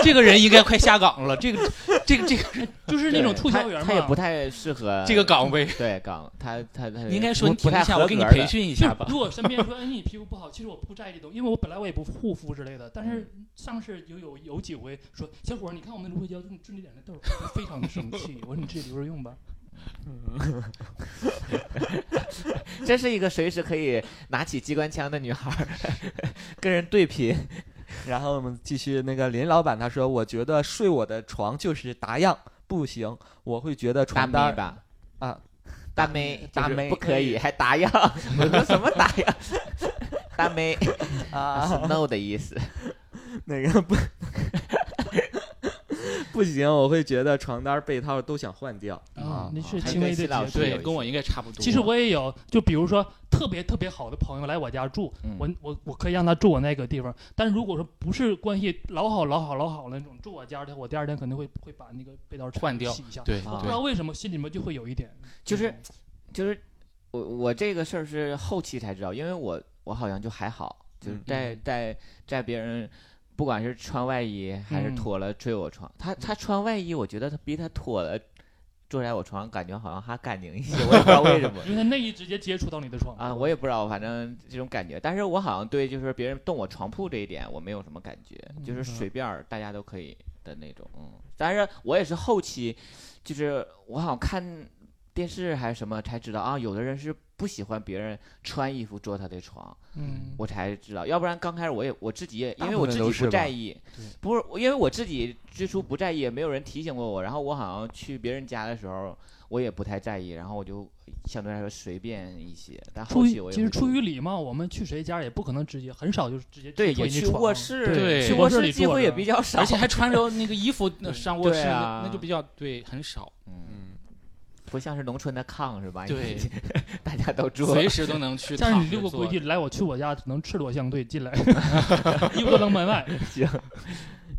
这个人应该快下岗了。这个，这个，这个人，
就是那种促销员嘛，
他他也不太适合
这个岗位，
对岗，他他他
你应该说
哎不
你停
不太
一
合
下，
格
我
的
给你培训一
就
下
是
吧。
[LAUGHS] 如果身边说，哎，你皮肤不好，其实我不在意这东西，因为我本来我也不护肤之类的。但是上次有有有几回说，小伙儿，你看我们芦荟胶就就你脸上痘儿，我非常的生气。我说你自己留着用吧。
这是一个随时可以拿起机关枪的女孩儿， [LAUGHS] 跟人对拼。
然后我们继续那个林老板他说，我觉得睡我的床就是打样，不行，我会觉得
大
床单
妹
儿
吧，
啊，
[LAUGHS] 大妹，
大
就是
妹
不可以，还打样， [LAUGHS] 我说什么打样？ [LAUGHS] 大妹是
啊，
no 的意思。
那个不不行，我会觉得床单儿被套都想换掉啊
嗯，那是
还
轻
对
微
谢
的
老
结
师
对
有
对，
一
跟
些
我应该差不多。
其实我也有，就比如说特别特别好的朋友来我家住，
嗯
我我我可以让他住我那个地方，但是如果说不是关系老好老好老好那种住我家的，我第二天肯定会会把那个被套
换掉
洗一下。
对
啊
不知道为什么心里面就会有一点，嗯
就是就是我我这个事儿是后期才知道，因为我我好像就还好，就是
嗯
在在在别人。不管是穿外衣还是
嗯
脱了追我床，他他穿外衣，我觉得他比他脱了坐在我床上感觉好像还干净一些，我也不知道为什么。
因为他内衣直接接触到你的床
啊，我也不知道，反正这种感觉。但是我好像对就是别人动我床铺这一点，我没有什么感觉，就是
嗯
随便儿大家都可以的那种。嗯，但是我也是后期，就是我好像看电视还是什么才知道啊，有的人是不喜欢别人穿衣服坐他的床，
嗯，
我才知道。要不然刚开始我也我自己也因
大
为
部
我
分
自
都
己
是
不在
吧
意
对，
不是因为我自己最初不在意，也没有人提醒过我。然后我好像去别人家的时候，我也不太在意，然后我就相对来说随便一些。但后
出
期
于
我也
其实
会
出于礼貌，我们去谁家也不可能直接，很少就是直接
对
推
也
你
去
床
卧室，
对
去
卧
卧
室
室
里
机
坐
会也
着
比较少，
而且还穿着那个衣服那上卧室，
对啊
那那就比较对，很少，
嗯
嗯，
不像是农村的炕是吧？
对，
[LAUGHS] 大家都住。
嗯
随时都能去躺
但
着
是你
坐。
六个规矩，来我去我家只能赤裸相对进来，衣服都扔门外。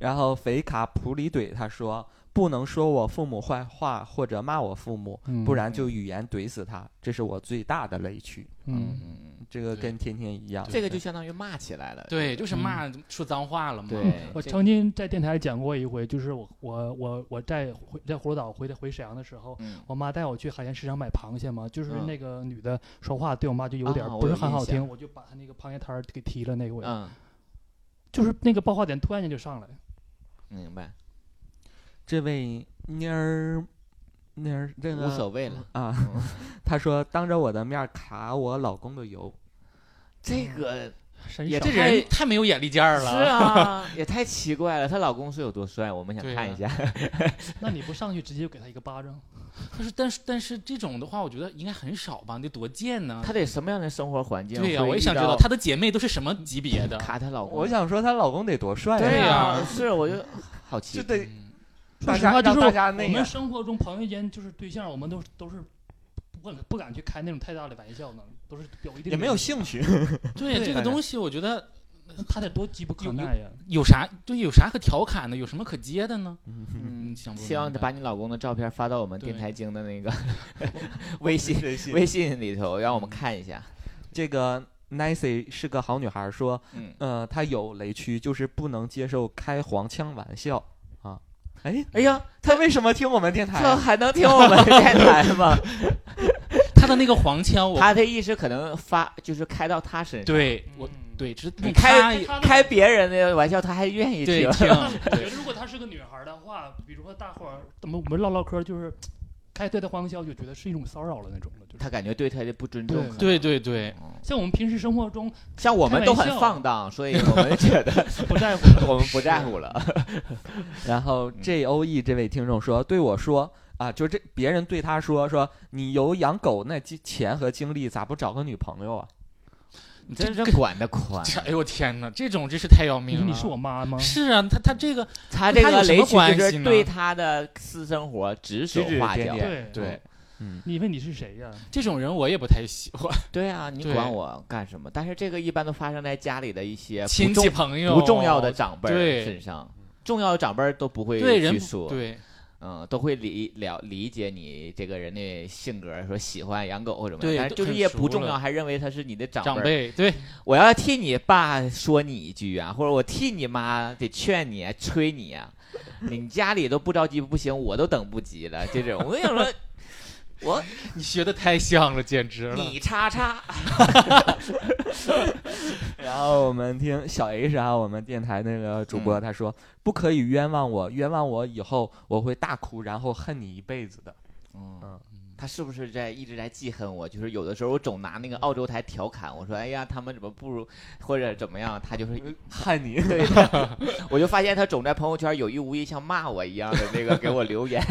然后肥卡普里怼他说，不能说我父母坏话或者骂我父母，不然
嗯
就语言怼死他，这是我最大的雷区。
嗯
嗯，
嗯嗯，
这个
对
跟天天一样，
这个就相当于骂起来了。
对，就是骂说脏话了嘛。
对，
我
这
曾经在电台讲过一回，就是我我我我在回在葫芦岛回回沈阳的时候。
嗯
我妈带我去海鲜市场买螃蟹嘛，就是
嗯
那个女的说话对我妈就有点
啊我
不是
有
很
印
好听，
象
我就把她那个螃蟹摊儿给踢了那回，
嗯，
就是那个爆发点突然间就上来，
明白，
这位妮儿妮儿这个
无所谓了。
啊
嗯，
他说当着我的面儿卡我老公的油，
这个
神
也
手
这
太
人太没有眼力见儿
是
了。
啊， [LAUGHS] 也太奇怪了。她老公是有多帅？我们想
对
看
啊
一下。
那你不上去直接就给她一个巴掌，
但是但是但是这种的话，我觉得应该很少吧？你得多贱呢！
她得什么样的生活环境？
对啊呀、我也想知道她的姐妹都是什么级别的。
卡她老公。
我想说她老公得多帅
对
呀、
呀，是我就好奇
就。得
嗯
说
大
实
家
话，就
让
是
大家
我
那
们
个
生活中朋友间就是对象，我们都是都是不不不敢去开那种太大的玩笑呢，都是有一定
也没有兴趣。
对这
大
个
家
东西，我觉得
趣，他得多急不可耐呀。
有啥对有啥可调侃的，有什么可接的呢？嗯，想不
希望
明白
把你老公的照片发到我们
对
电台经的那个 [LAUGHS] 微
[LAUGHS]
嗯
信
微信
微信里头，让我们看一下。
这个 Nancy 是个好女孩，说，
嗯，
呃，她有雷区，就是不能接受开黄腔玩笑啊。哎，
哎呀，
她为什么听我们电台
这
啊？
还能听我们电台
[LAUGHS]
吗？
他的那个黄腔，我
他的意识可能发就是开到他身上，
对我
嗯 [LAUGHS]
对，只
你
用
开
他也
开别人的玩笑他还愿意
对
听。 [LAUGHS]
听，
我觉得如果她是个女孩儿的话，比如说大伙儿怎么我们唠唠嗑儿，就是开她的欢笑，就觉得是一种骚扰了那种了，就是。
他感觉对他的不尊重
对
可能。
对对对，
嗯
像我们平时生活中
像我们都很放荡，所以我们觉
[LAUGHS]
得
不在乎
我们不在乎了。
然后
嗯
J O E 这位听众说，对我说啊，就这别人对他说说，你有养狗那金钱和精力，咋不找个女朋友啊？
你
这
真是
个
管得宽，
这 [LAUGHS] 哎呦我天哪，这种真是太要
你
命
说你
了。
是我妈吗？
是啊，他他这个
他这
他
个
有什么
雷区
关
就
系
是
呢
对他的私生活指手
指指
画
点
脚。
点
对，
对
你问你是谁呀？
这种人我也不太喜欢，
对啊，你
对
管我干什么？但是这个一般都发生在家里的一些不
亲戚
重
朋友
不重要的长辈儿
对
身上，重要的长辈儿都不会
对人
去
不
说，
对
嗯，都会理了理解你这个人的性格，说喜欢养狗或者什么样，但
对
是
都
就是
很
也
熟
不重
了
要，还认为他是你的长
长
儿
辈对
我要替你爸说你一句啊，或者我替你妈得劝你、啊、催你啊，你家里都不着急不行，我都等不及了。这种我跟你说， [LAUGHS] 我
你学的太像了，简直了。
你叉叉，
然后我们听小 H 啊，我们电台那个主
嗯
播他说，不可以冤枉我，冤枉我以后我会大哭，然后恨你一辈子的。
嗯，他是不是在一直在记恨我？就是有的时候我总拿那个澳洲台调侃，我说哎呀，他们怎么不如或者怎么样，他就是
恨你，
对，我就发现他总在朋友圈有意无意像骂我一样的那个给我留
[LAUGHS]
言，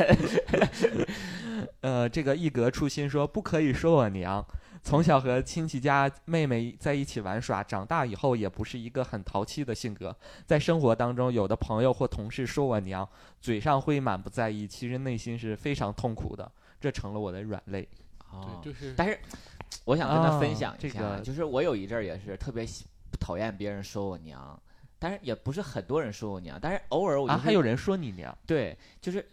呃，这个一格初心说不可以说我娘。从小和亲戚家妹妹在一起玩耍，长大以后也不是一个很淘气的性格。在生活当中，有的朋友或同事说我娘，嘴上会满不在意，其实内心是非常痛苦的，这成了我的软肋。
哦
对， [LAUGHS] 就是
但是我想跟他分享一下，
啊这个
就是我有一阵儿也是特别喜讨厌别人说我娘，但是也不是很多人说我娘，但是偶尔我就
啊，
是
还有人说你娘，
对，就是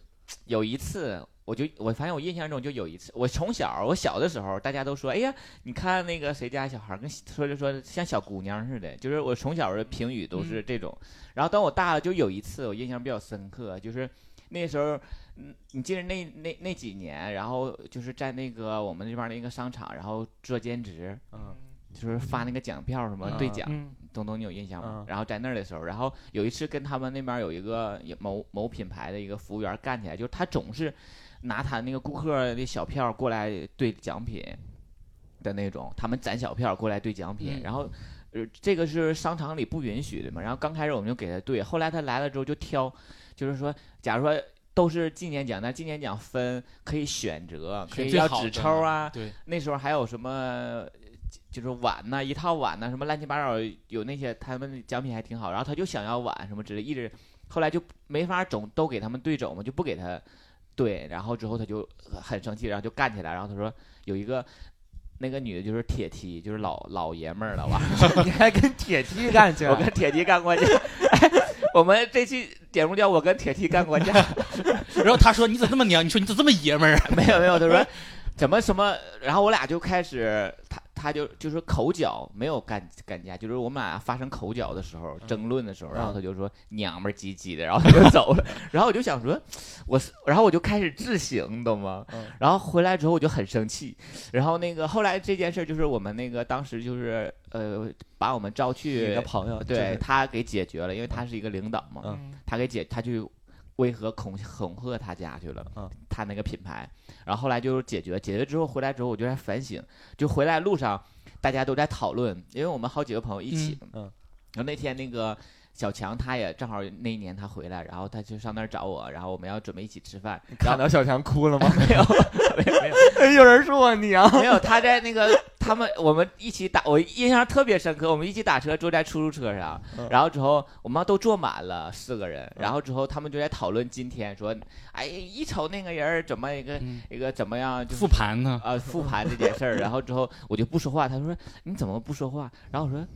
有一次。我就我反正我印象中就有一次，我从小我小的时候，大家都说，哎呀，你看那个谁家小孩儿跟说就说像小姑娘似的，就是我从小的评语都是这种。然后等我大了，就有一次我印象比较深刻，就是那时候，嗯，你记得那那那几年，然后就是在那个我们这边的一个商场，然后做兼职，
嗯
就是发那个奖票什么
嗯
兑奖，
嗯，
东东你有印象吗？
嗯
然后在那儿的时候，然后有一次跟他们那边有一个有某某品牌的一个服务员干起来，就是他总是拿他那个顾客的小票过来兑奖品的那种，他们攒小票过来兑奖品，
嗯
然后。呃，这个是商场里不允许的嘛。然后刚开始我们就给他兑，后来他来了之后就挑，就是说，假如说都是纪念奖，但纪念奖分可以选择，可
选
以
最
要
好
纸
的
抽啊，
对
那时候还有什么，就是碗呐、一套碗呐、什么乱七八糟，有那些他们奖品还挺好。然后他就想要碗什么之类，一直后来就没法总都给他们对走嘛，就不给他对。然后之后他就很生气，然后就干起来。然后他说有一个那个女的就是铁梯，就是老老爷们儿了吧？ [LAUGHS]
你还跟铁梯干去
我跟铁梯干过架。我们这期节目叫我跟铁梯干过架。
然后他说你咋这么娘？你说你咋这么爷们儿啊？
[LAUGHS]
[LAUGHS]
没有没有，他说 [LAUGHS] 怎么什么，然后我俩就开始，他他就就是口角，没有干干架，就是我们俩发生口角的时候，争论的时候，然后他就说娘们儿唧唧的， [LAUGHS] 然后他就走了，然后我就想说，我是然后我就开始自省，你懂吗
嗯？
然后回来之后我就很生气，然后那个后来这件事就是我们那个当时就是呃把我们招
一
去
个，朋友，就
对
是
他给解决了，因为他是一个领导嘛，
嗯
他给解他去威吓恐恐吓他家去了，
嗯
他那个品牌，然后后来就是解决，解决之后回来之后我就在反省，就回来路上大家都在讨论，因为我们好几个朋友一起，
嗯
然后那天那个小强他也正好那一年他回来，然后他就上那儿找我，然后我们要准备一起吃饭，然
看
后
[LAUGHS]
[LAUGHS]
到小强哭了吗？
没有没有没有
有人说我娘，
没有，他在那个他们我们一起打，我印象特别深刻。我们一起打车，坐在出租车上
嗯，
然后之后我们都坐满了四个
嗯
人，然后之后他们就在讨论今天说，哎，一瞅那个人儿怎么一个
嗯
一个怎么样，就是
复盘呢？
啊复盘这件事儿。然后之后我就不说话，他说你怎么不说话？然后我说。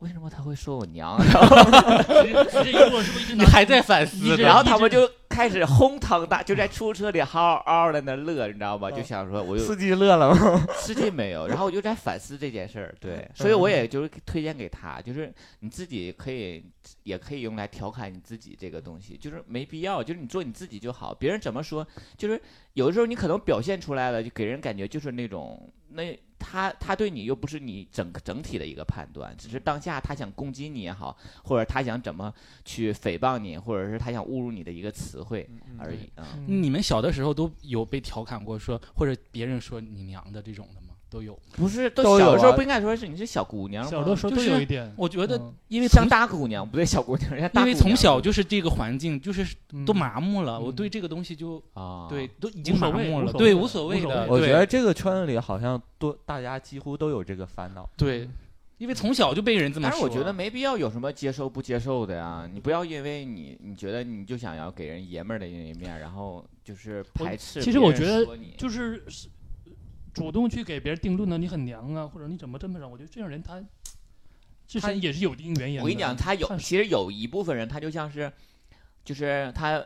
为什么他会说我娘？ [LAUGHS] 然后
这这一路是不是一直
你
拿
还在反思？
然后他们就开始哄堂大，就在出租车里嗷嗷的那乐，你知道
嗯
吗？就想说，我就
司机乐了吗？
吃进没有，然后我就在反思这件事儿，对，所以我也就是推荐给他，就是你自己可以，也可以用来调侃你自己这个东西，就是没必要，就是你做你自己就好，别人怎么说，就是有的时候你可能表现出来了，就给人感觉就是那种那。他他对你又不是你整整体的一个判断，只是当下他想攻击你也好，或者他想怎么去诽谤你，或者是他想侮辱你的一个词汇而已啊。嗯
你们小的时候都有被调侃过说，或者别人说你娘的这种的吗？都有。
不是，都
都有
小的时候
啊
不应该说是你是小姑娘吗？
小的时候
嗯就
都
是
有一点，
我觉得
嗯，
因为
像
从
大姑娘，不对，小姑娘，人家大
因
姑
为
娘
从小就是这个环境，就是都
嗯
麻木了。我
嗯
对这个东西就
啊，
对，都已
无
经麻
所谓
木
无
了，
所
对，
谓
无
的
所
无
谓
所
的。
[LAUGHS]
谓
我
对
觉得这个圈里好像多，大家几乎都有这个烦恼。
对，因为从小就被人这么
但
说。
是
啊
我觉得没必要有什么接受不接受的呀，你不要因为你你觉得你就想要给人爷们儿的那一面，然后就是排斥别人说你。
其实我觉得就是是主动去给别人定论的，你很娘啊，或者你怎么这么让？我觉得这种人他自
他
身也是有一定原因的。
我跟你讲，他有
看
其实有一部分人，他就像是就是他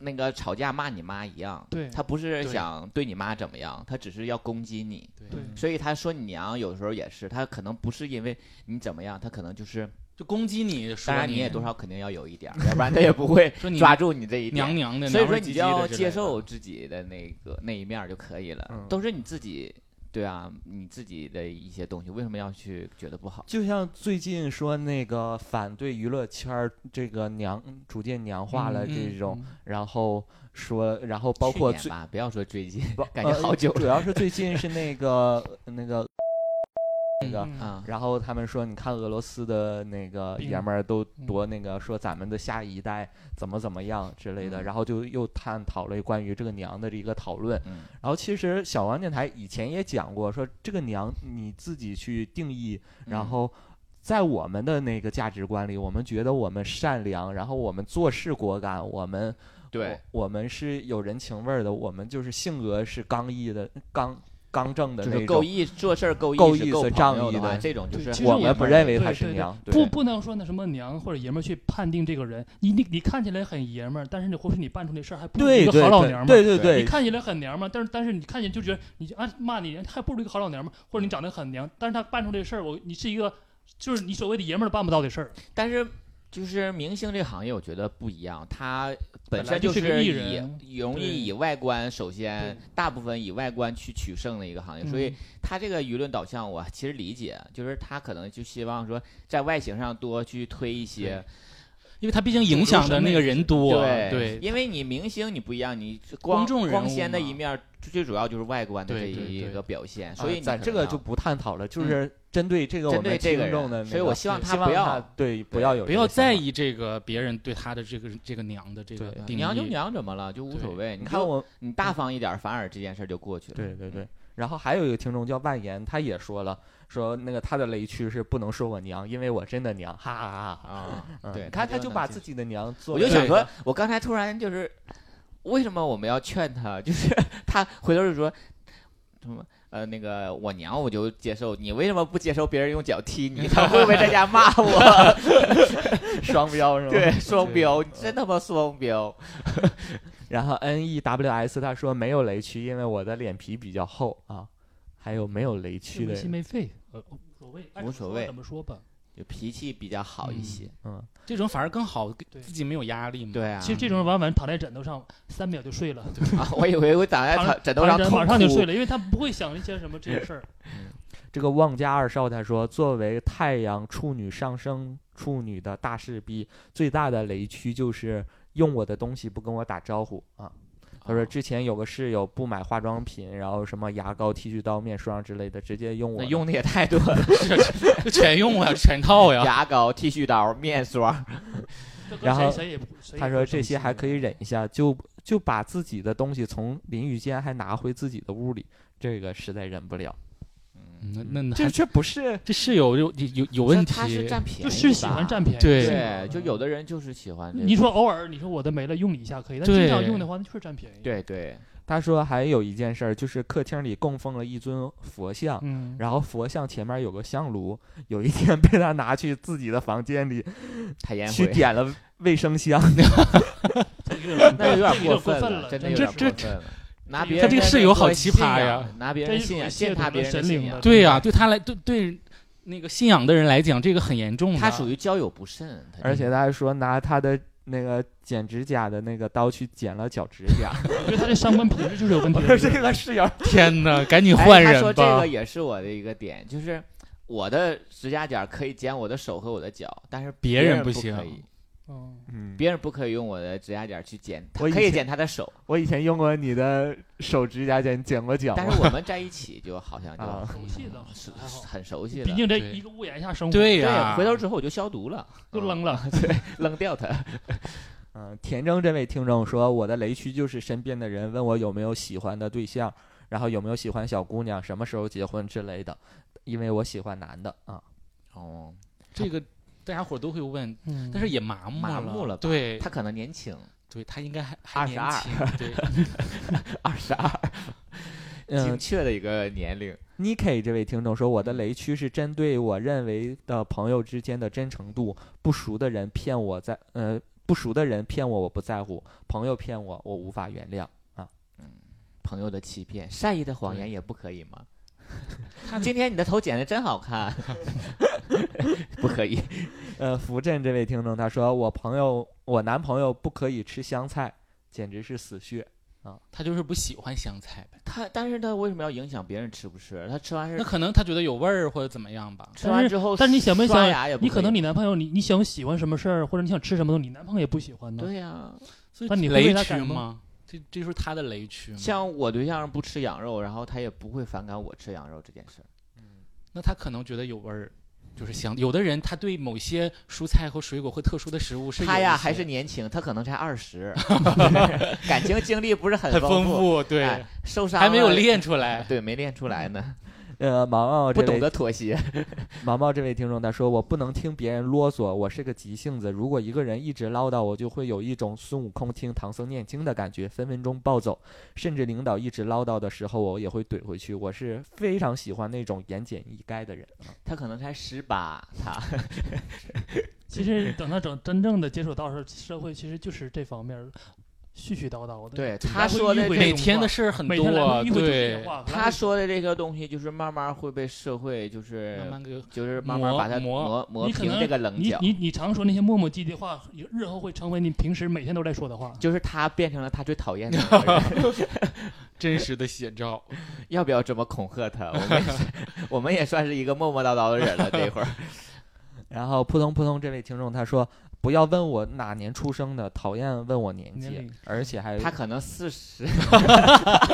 那个吵架骂你妈一样，
对
他不是
对
想对你妈怎么样，他只是要攻击你。
对
所以他说你娘，有时候也是，他可能不是因为你怎么样，他可能就是，
就攻击你，说
当然你
你
也多少肯定要有一点儿，要不然他也不会
说你
抓住你这一点
娘。娘的，
所以说
娘们儿
你
唧唧
就要
的之类
接
的
受自己的那个那一面儿就可以了，
嗯
都是你自己。对啊，你自己的一些东西，为什么要去觉得不好？
就像最近说那个反对娱乐圈儿这个娘逐渐娘化了
嗯
这
嗯
种，然后说，然后包括
去年
最
吧，不要说最近，
包
感觉
呃
好久
主
了
要是最近是那个那
[LAUGHS]
个那个。
嗯
啊，
然后他们说，你看俄罗斯的那个
病
爷们儿都
嗯
夺那个说咱们的下一代怎么怎么样之类
嗯
的，然后就又探讨了关于这个娘的一个讨论。
嗯，
然后其实小王电台以前也讲过，说这个娘你自己去定义，
嗯
然后在我们的那个价值观里，我们觉得我们善良，然后我们做事果敢，我们
对，
我，我们是有人情味儿的，我们就是性格是刚毅的，刚刚正的
就
那种。
是够意做事儿够
够
意识
意
够
思
朋
仗
友
义
的话，
的
这种就
对
是
其
很
实
我
爷
们
们
不
儿
认为
对
她
对
是
对
娘，对
不不能说那什么娘或者爷们儿去判定这个人，你你你看起来很爷们儿，但是你或许你办出那事儿还不如一
对
个
对
好老娘们儿。
对对对
你看起来很娘们儿，但是但是你看见就觉得你啊骂你还不如一个好老娘们儿，或者你长得很娘，但是他办出这事儿，我你是一个就是你所谓的爷们儿办不到的事儿。
但是就是明星这行业，我觉得不一样，他本
本来
身
就是个
是
艺人
以容易以外观，首先大部分以外观去取胜的一个行业，哎所
嗯
以他这个舆论导向，我其实理解，就是他可能就希望说在外形上多去推一些，
因为他毕竟影响的那个人多，啊
对，
对
因为你明星你不一样，你
公
光
众人物
光鲜的
嘛
一面儿，最主要就是外观的这
对对
一
对
个表现，
啊
所以你
咱
可
这
能
个
要
就不探讨了，就是针对这个我
针对
们
这个
听众的
人，
那
所以
个
我希望他
希望
不
他
要
对不
对
要有
不
这
要
个想
在
法。
意这个别人对他的这个这个娘的这个定义。
娘就娘怎么了，就无
对
所谓。
你
你
看
就
我，
嗯
你大方一点儿，反而这件事儿就过去了。
对对对。然后还有一个听众叫万言，他也说了，说那个他的雷区是不能说我娘，因为我真的娘，哈哈哈哈。
[LAUGHS]
啊。
嗯
对
他
他就
就
能
把
接
自己的娘做，
我就想说，我刚才突然就是，为什么我们要劝他？ [LAUGHS] 就是他回头就说什么呃，那个我娘我就接受，你为什么不接受别人用脚踢你？他会不会在家骂我？ [LAUGHS]
双标是吗？
对，双标，你真他妈双标！
然后 N E W S 他说没有雷区，因为我的脸皮比较厚啊。还有没有雷区的
没心
人？
没肺，呃无所谓，爱怎
无
么
所
说
谓
怎么说吧。
就脾气比较好一些。
嗯，
这种反而更好，给
对
自己没有压力嘛。
对啊，
嗯其实这种人往往躺在枕头上三秒就睡了，
啊，我以为我躺在
躺
躺枕头
躺
上
在枕
痛
马上就睡
哭。
了，因为他不会想一些什么这些
[LAUGHS]
事儿。
这个望家二少他说，作为太阳处女上升处女的大势逼，最大的雷区就是用我的东西不跟我打招呼啊。他
哦
说之前有个室友不买化妆品，然后什么牙膏、剃须刀、面霜之类的，直接用我
那
的
用的也太多了，
就全用啊，全套呀。
牙膏、剃须刀、面霜，
这跟
然后
谁谁也不谁也
他
不
说
生
这些
气
还可以忍一下，就就把自己的东西从淋浴间还拿回自己的屋里，这个实在忍不了。
嗯，
[LAUGHS] 嗯那
[LAUGHS]
那
这
还
这不是
这室友有有有有问题，
他是占便宜
就
吧，
是喜欢占便宜，
对
对，就有的人就是喜欢这种。
你说偶尔你说我的没了用你一下可以，但
对
经常用的话那就是占便宜。，
对对，
他说还有一件事儿，就是客厅里供奉了一尊佛像，
嗯，
然后佛像前面有个香炉，有一天被他拿去自己的房间里
他烟
去
灰，
点了卫生香，
有点
那有点
过
分
分
真的有
这
点
这
过分了。拿别
他
人
这个
的
室
那
友好
个
奇
信
葩
仰
呀，
拿别
这
人
是
信
有
仰
亵
践
渎
踏
了
别人的
神
信
灵
仰
的，
对呀、对他来对对那个信仰的人来讲，这个很严重的。
他属于交友不慎，他
[LAUGHS] 而且他还说拿他的那个剪指甲的那个刀去剪了脚指甲。
我觉得他这三观品质就是有
[LAUGHS]
问题
我说
的。
这个室友，
天哪，赶紧
哎
换
他
人
说这
吧
个。也是我的一个点，就是我的指甲剪可以剪我的手和我的脚，但是
别人
人
不
不
行
可以 [LAUGHS]
嗯，
嗯，
别人不可以用我的指甲剪去剪，他
我以
可以
前哦
剪他的手，
我以前用过你的手指甲剪剪过脚，
但是我们在一起就好像就
啊
熟悉的
是
还好，
很熟悉
毕
了。
竟这
对
一个屋檐下生活，
对
对
呀、，
回头之后我就消毒了，
就扔
[LAUGHS]
了。
扔掉它。
嗯，田征这位听众说，我的雷区就是身边的人问我有没有喜欢的对象，然后有没有喜欢小姑娘，什么时候结婚之类的，因为我喜欢男的啊。
哦，
这个大家伙都会问，
[LAUGHS]
嗯
但是也麻木
麻木了吧
对，
他可能年轻，
对他应该还还年
22
轻， [LAUGHS] 对，
[LAUGHS] 二十二，精
嗯
确的一个年龄。
，Niki 这位听众说，我的雷区是针对我认为的朋友之间的真诚度，不熟的人骗我在，呃，不熟的人骗我我不在乎，朋友骗我我无法原谅。
朋友的欺骗，善意的谎言也不可以 [LAUGHS] 吗？今天你的头剪的真好 [LAUGHS] 看，不可以。
呃，福振这位听众他说，我朋友我男朋友不可以吃香菜，简直是死穴。
他就是不喜欢香菜呗。
[LAUGHS] 他，但是他为什么要影响别人吃不吃？他吃完
那
是
可能他觉得有味儿或者怎么样吧。
吃完之后，
但是你想没想
刷牙也不
你可能
以
你男朋友你你想喜欢什么事儿，或者你想吃什么东西，你男朋友也不喜欢呢。
对呀，
所
那
以
你会
雷
为他
区
感动
吗？这这就是他的雷区吗？
像我对象不吃羊肉，然后他也不会反感我吃羊肉这件事儿。
嗯
那他可能觉得有味儿，就是香。有的人他对某些蔬菜和水果或特殊的食物是
他
有
呀
一些
还是年轻，他可能才二
[LAUGHS]
十，感情经历不是很
很丰
富，
富，对，
哎受伤
还没有
了，
练出来。
对，没练出来呢，
呃，毛毛
不
这
懂
位
得
[LAUGHS]
妥协。
毛毛这位听众他说：“我不能听别人啰嗦，我是个急性子。如果一个人一直唠叨，我就会有一种孙悟空听唐僧念经的感觉，分分钟暴走。甚至领导一直唠叨的时候，我也会怼回去。我是非常喜欢那种言简意赅的人。啊
他可能才十八，他
其实等他整真正的接触到社会，其实就是这方面儿絮絮叨叨的。
对
总
他
是
说的
迂回
这
每
种
天
话
的事儿很
每天来
多，
回迂回这
对
些，话，
他说的这个东西，就是慢慢会被社会，就是
慢慢给
就是慢慢把它
磨
磨磨
你可
平
能
这个棱
你
角，
你你常说那些磨磨唧唧的话，日后会成为你平时每天都在说的话。
就是他变成了他最讨厌的那个人。
[LAUGHS] 真实的写照。
要不要这么恐吓他？我们也是我们也算是一个磨磨叨叨的人了，这
[LAUGHS]
会儿
然后扑通扑通这位听众他说：“不要问我哪年出生的，讨厌问我年
年
纪
龄，
而且还
他可能四十，
[LAUGHS]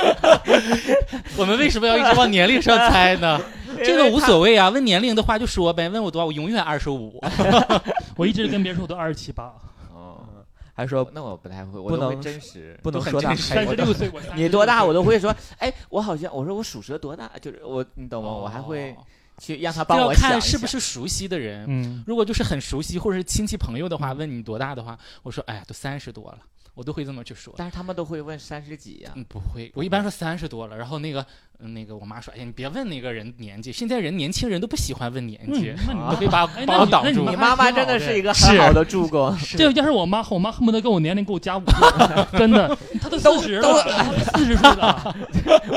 我们为什么要一直往年龄上
[LAUGHS]
猜呢？这个无所谓啊，问年龄的话就说呗，问我多少，我永远二十五。
我一直跟别人说我都二十七
[LAUGHS]
八，
哦，
嗯还说
那我不太会，我
不
都会
能
真实。
不能
都很
说他
真实
还
三十六岁我三十
你多大
六
我都会说，哎，我好像我说我属蛇多大，就是我你懂吗？哦我还会去让他帮
这哦要
我想
看
一
是不
想
是熟悉的人。
嗯，
如果就是很熟悉或者是亲戚朋友的话，问你多大的话，我说哎呀都三十多了，我都会这么去说。
但是他们都会问三十几呀、
嗯，不会，我一般说三十多了，然后那个、嗯那个我妈说，哎呀，你别问那个人年纪，现在人年轻人都不喜欢问年
嗯
纪，
那你
啊
都可以把
哎
把
那
我
你
挡
那你
住
妈。
你妈妈
还挺好
真的是
的
一个很好的助攻，
这要是我妈，我妈恨不得给我年龄给我加五个，真的，她都
都
四十
都
了，四十岁了，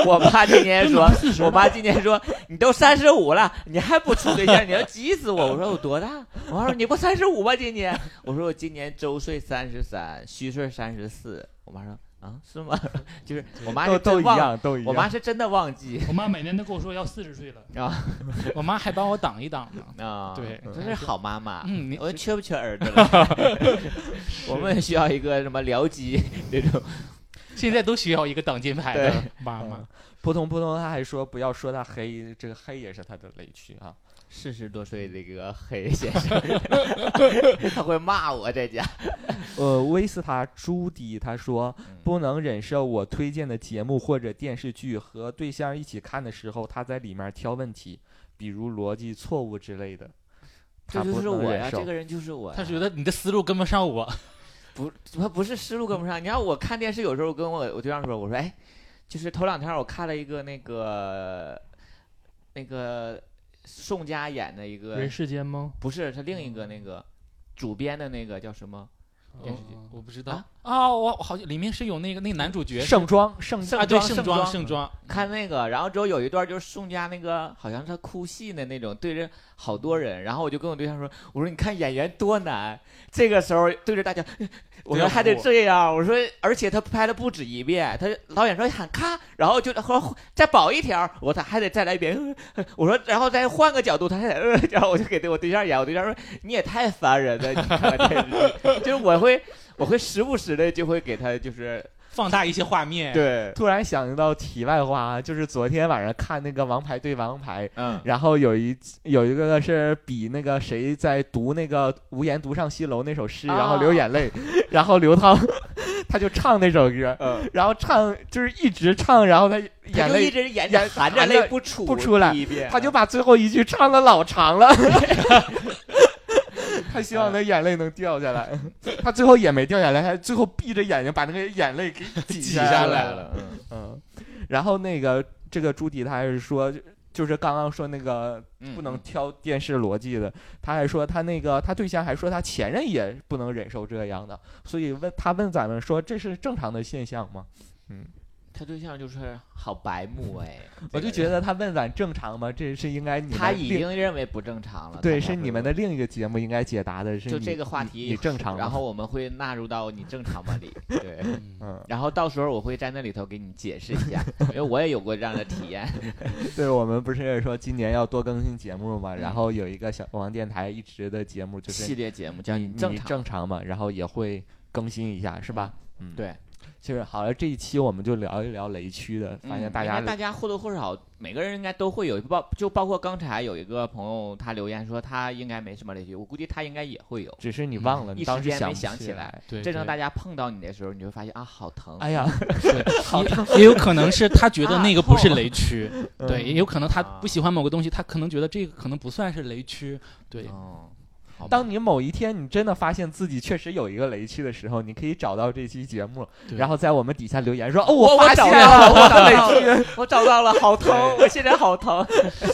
我妈今年
真
说
的，四十。
我妈今年说你都三十五了，你还不处对象，你要急死我！我说我多大？我妈说你不三十五吗？今年？我说我今年周岁三十三，虚岁三十四。我妈说啊，是吗？ [LAUGHS] 就是我妈
都
是
都
真
一
忘，
样，都一样。
我妈是真的忘记
我妈每年都跟我说要四十岁了，
我妈还帮我挡一挡呢。
啊。
对
真是好妈妈。
嗯，你
我缺不缺儿子了？ [LAUGHS] 我们也需要一个什么僚机这种。
现在都需要一个挡箭牌的
嗯
妈妈。
扑通扑通，他还说不要说他黑，这个黑也是他的雷区啊。
嗯 [LAUGHS] 四十多岁的一个黑先生，他会骂我在家。
呃，威斯塔朱迪他说不能忍受我推荐的节目或者电视剧和对象一起看的时候，他在里面挑问题，比如逻辑错误之类的。
这
他
就
不
是
能
我
忍
呀，
受
这个人就是我呀。
他觉得你的思路跟不上我，
不，他不是思路跟不上。你看我看电视，有时候跟我我对象说，我说哎，就是头两天我看了一个那个那个宋佳演的一个
人，世间吗？
不是他另一个那个主编的那个叫什么
嗯
电视剧？
我不知道
啊
啊，我我好像里面是有那个那个男主角
盛装嗯盛
盛
啊，对
装
盛
盛
装
装
盛装，
看那个，然后之后有一段就是宋佳那个，好像是她哭戏的那种，对着好多人。然后我就跟我对象说：“我说你看演员多难，这个时候对着大家，我说还得这样。我说，而且他拍了不止一遍，他导演说喊咔，然后就和再保一条，我说他还得再来一遍。呃我说，然后再换个角度，他还得，呃然后我就给对我对象演，我对象说你也太烦人了，你看看电视剧， [LAUGHS] 就是我会我会时不时的就会给他就是
放大一些画面，，
对，
突然想到题外话啊，就是昨天晚上看那个《王牌对王牌》，
嗯
然后有一有一个是比那个谁在读那个“无言独上西楼”那首诗，然后
哦
流眼泪，然后刘涛他就唱那首歌，
嗯。
然后唱就是一直唱，然后他
他
眼
就一
泪
直眼
眼
含着
含
泪
着
不出
不出来
第一遍
他就把最后一句唱的老长了， [LAUGHS] 他希望他眼泪能掉下来，他最后也没掉下来，他最后闭着眼睛把那个眼泪给挤
挤
下
下
来
来
了，
嗯，然后那个这个朱迪他还是说，就是刚刚说那个
嗯
不能挑电视逻辑的，他还说他那个他对象还说他前任也不能忍受这样的，所以问他问咱们说这是正常的现象吗？
他对象就是好白目哎，
我就觉得他问咱正常吗？这是应该你们
他已
另
经认为不正常了。
对
他才
是
会
你们的另一个节目应该解答的是
就
你
这个话
你
题
你正常吗，
然后我们会纳入到你正常吗里，对，
嗯，
然后到时候我会在那里头给你解释一下，因为我也有过这样的体验。
对我们不是说今年要多更新节目嘛，然后有一个小王电台一直的节目就是
嗯系列节目叫
你
正常
正常嘛，然后也会更新一下，是吧？嗯，
对，
就是好了，这一期我们就聊一聊雷区的，
嗯
发现大
应
家
该大家或多或少，每个人应该都会有一包，就包括刚才有一个朋友他留言说他应该没什么雷区，我估计他应该也会有。
只是你忘了，
嗯
你
一时
当时
间没
不
想
起
起
来。
对，
真正
对
大家碰到你的时候，你就会发现啊，好疼。
哎 [LAUGHS] 呀，
也也有可能是他觉得那个不是雷区，
嗯
对，也有可能他
啊
不喜欢某个东西，他可能觉得这个可能不算是雷区，对，
哦，好吧
[LAUGHS] [LAUGHS] 当你某一天你真的发现自己确实有一个雷区的时候，你可以找到这期节目，
对
然后在我们底下留言说：“哦，
我
发现
找
了，
到了，我找到了，我找到了，好疼，我现在好疼。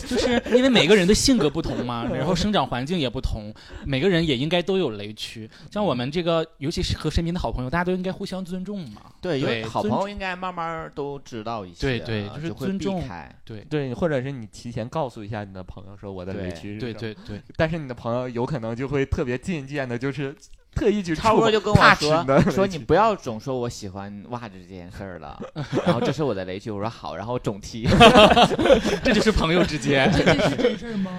就是因为每个人的性格不同嘛，然后生长环境也不同，每个人也应该都有雷区。像我们这个，尤其是和身边的好朋友，大家都应该互相尊重嘛。
对，因为
对
好
尊
朋友应该慢慢都知道一些，啊
对对就是
就会
尊重
避开。
对，
对，或者是你提前告诉一下你的朋友说我的雷区是
对
什么，
对对，
但是你的朋友有可能就会特别进谏的，就是特意去
超
触
哥
碰
就跟我
touch
说
你的
说
雷
你
区
不要总说我喜欢袜子这件事儿
[LAUGHS]
了，然后这是我的雷区，我说好，然后总踢，
这就是朋友
[LAUGHS]
之间。
这这是真事儿吗？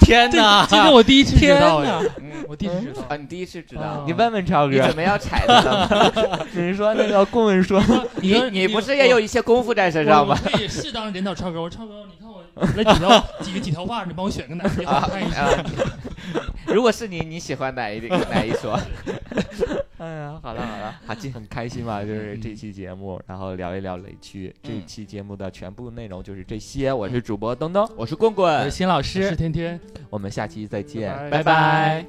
天
这这个我第一次知道
天哪
哎，
嗯
我第一次知道
啊，。你第一次知
啊
哦
道，
你问问超
你
哥
准，备要踩他了吗？
你是说那个顾问说
嗯你你不是也有一些功夫在身
知
上吗？？
我可以适当地引导超哥，我超哥，你看我来几
[LAUGHS]
条几个几条话，你帮我选个哪条
啊
我看一下。
啊！如果是你， [LAUGHS] 你喜欢哪一哪一说？
哎呀，好了好了，好，今很开心嘛，就是这期节目，然后聊一聊雷区。这
嗯
期节目的全部内容就是这些，我是主播东东，
我是棍
我
棍
是，新老
我是
师，
天天，
我们下期再见。
拜拜。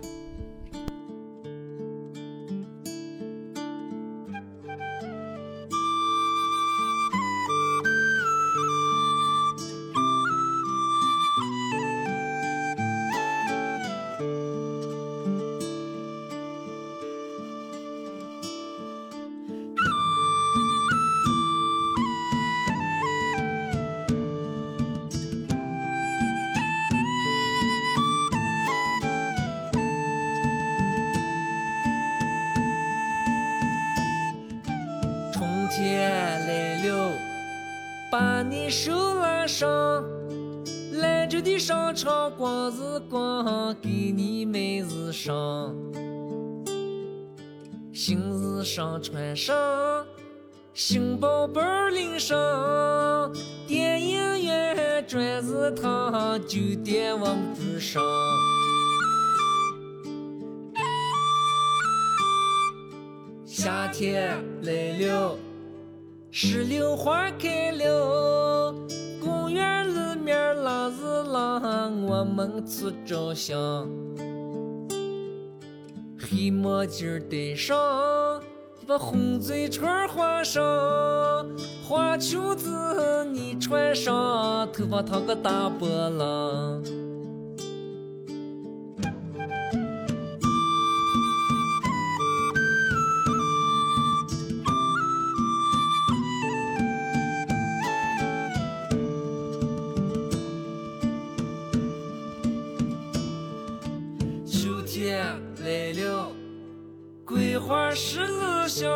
春天来了，把你手拉上，兰州的商场逛一逛，给你买日裳，新日裳穿上，新包包拎上，电影院转日堂，酒店我们住上。夏天来了，石榴花开了，公园里面浪是浪，我们去照相。黑墨镜戴上，把红嘴唇画上，花裙子你穿上，头发烫个大波浪。秋天来了，桂花十字香。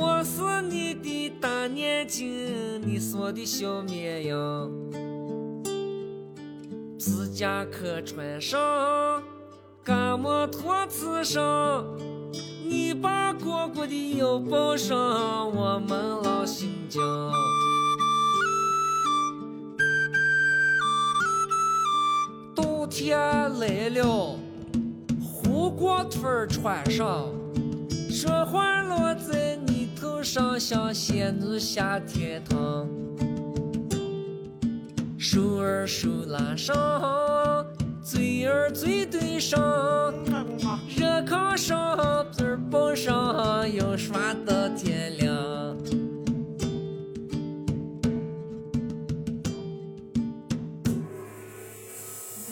我是你的大眼睛，你是我的小绵羊。皮夹克穿上，嘎么托刺上，你把蝈蝈的腰抱上，我们老新疆。冬天来了，胡瓜腿儿穿上，雪花落在你头上，像仙女下天堂。手儿手拉上，嘴儿嘴对上，热炕上嘴儿抱上，要耍到天亮。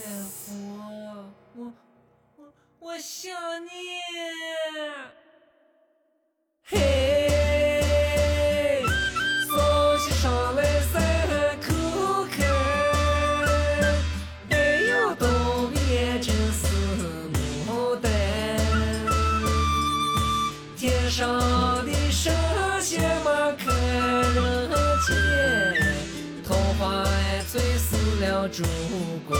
爱我，我我我想你，嘿，早起上来三口看，哎呦，东边真是牡丹，天上的神仙嘛看人间，桃花醉死了主公。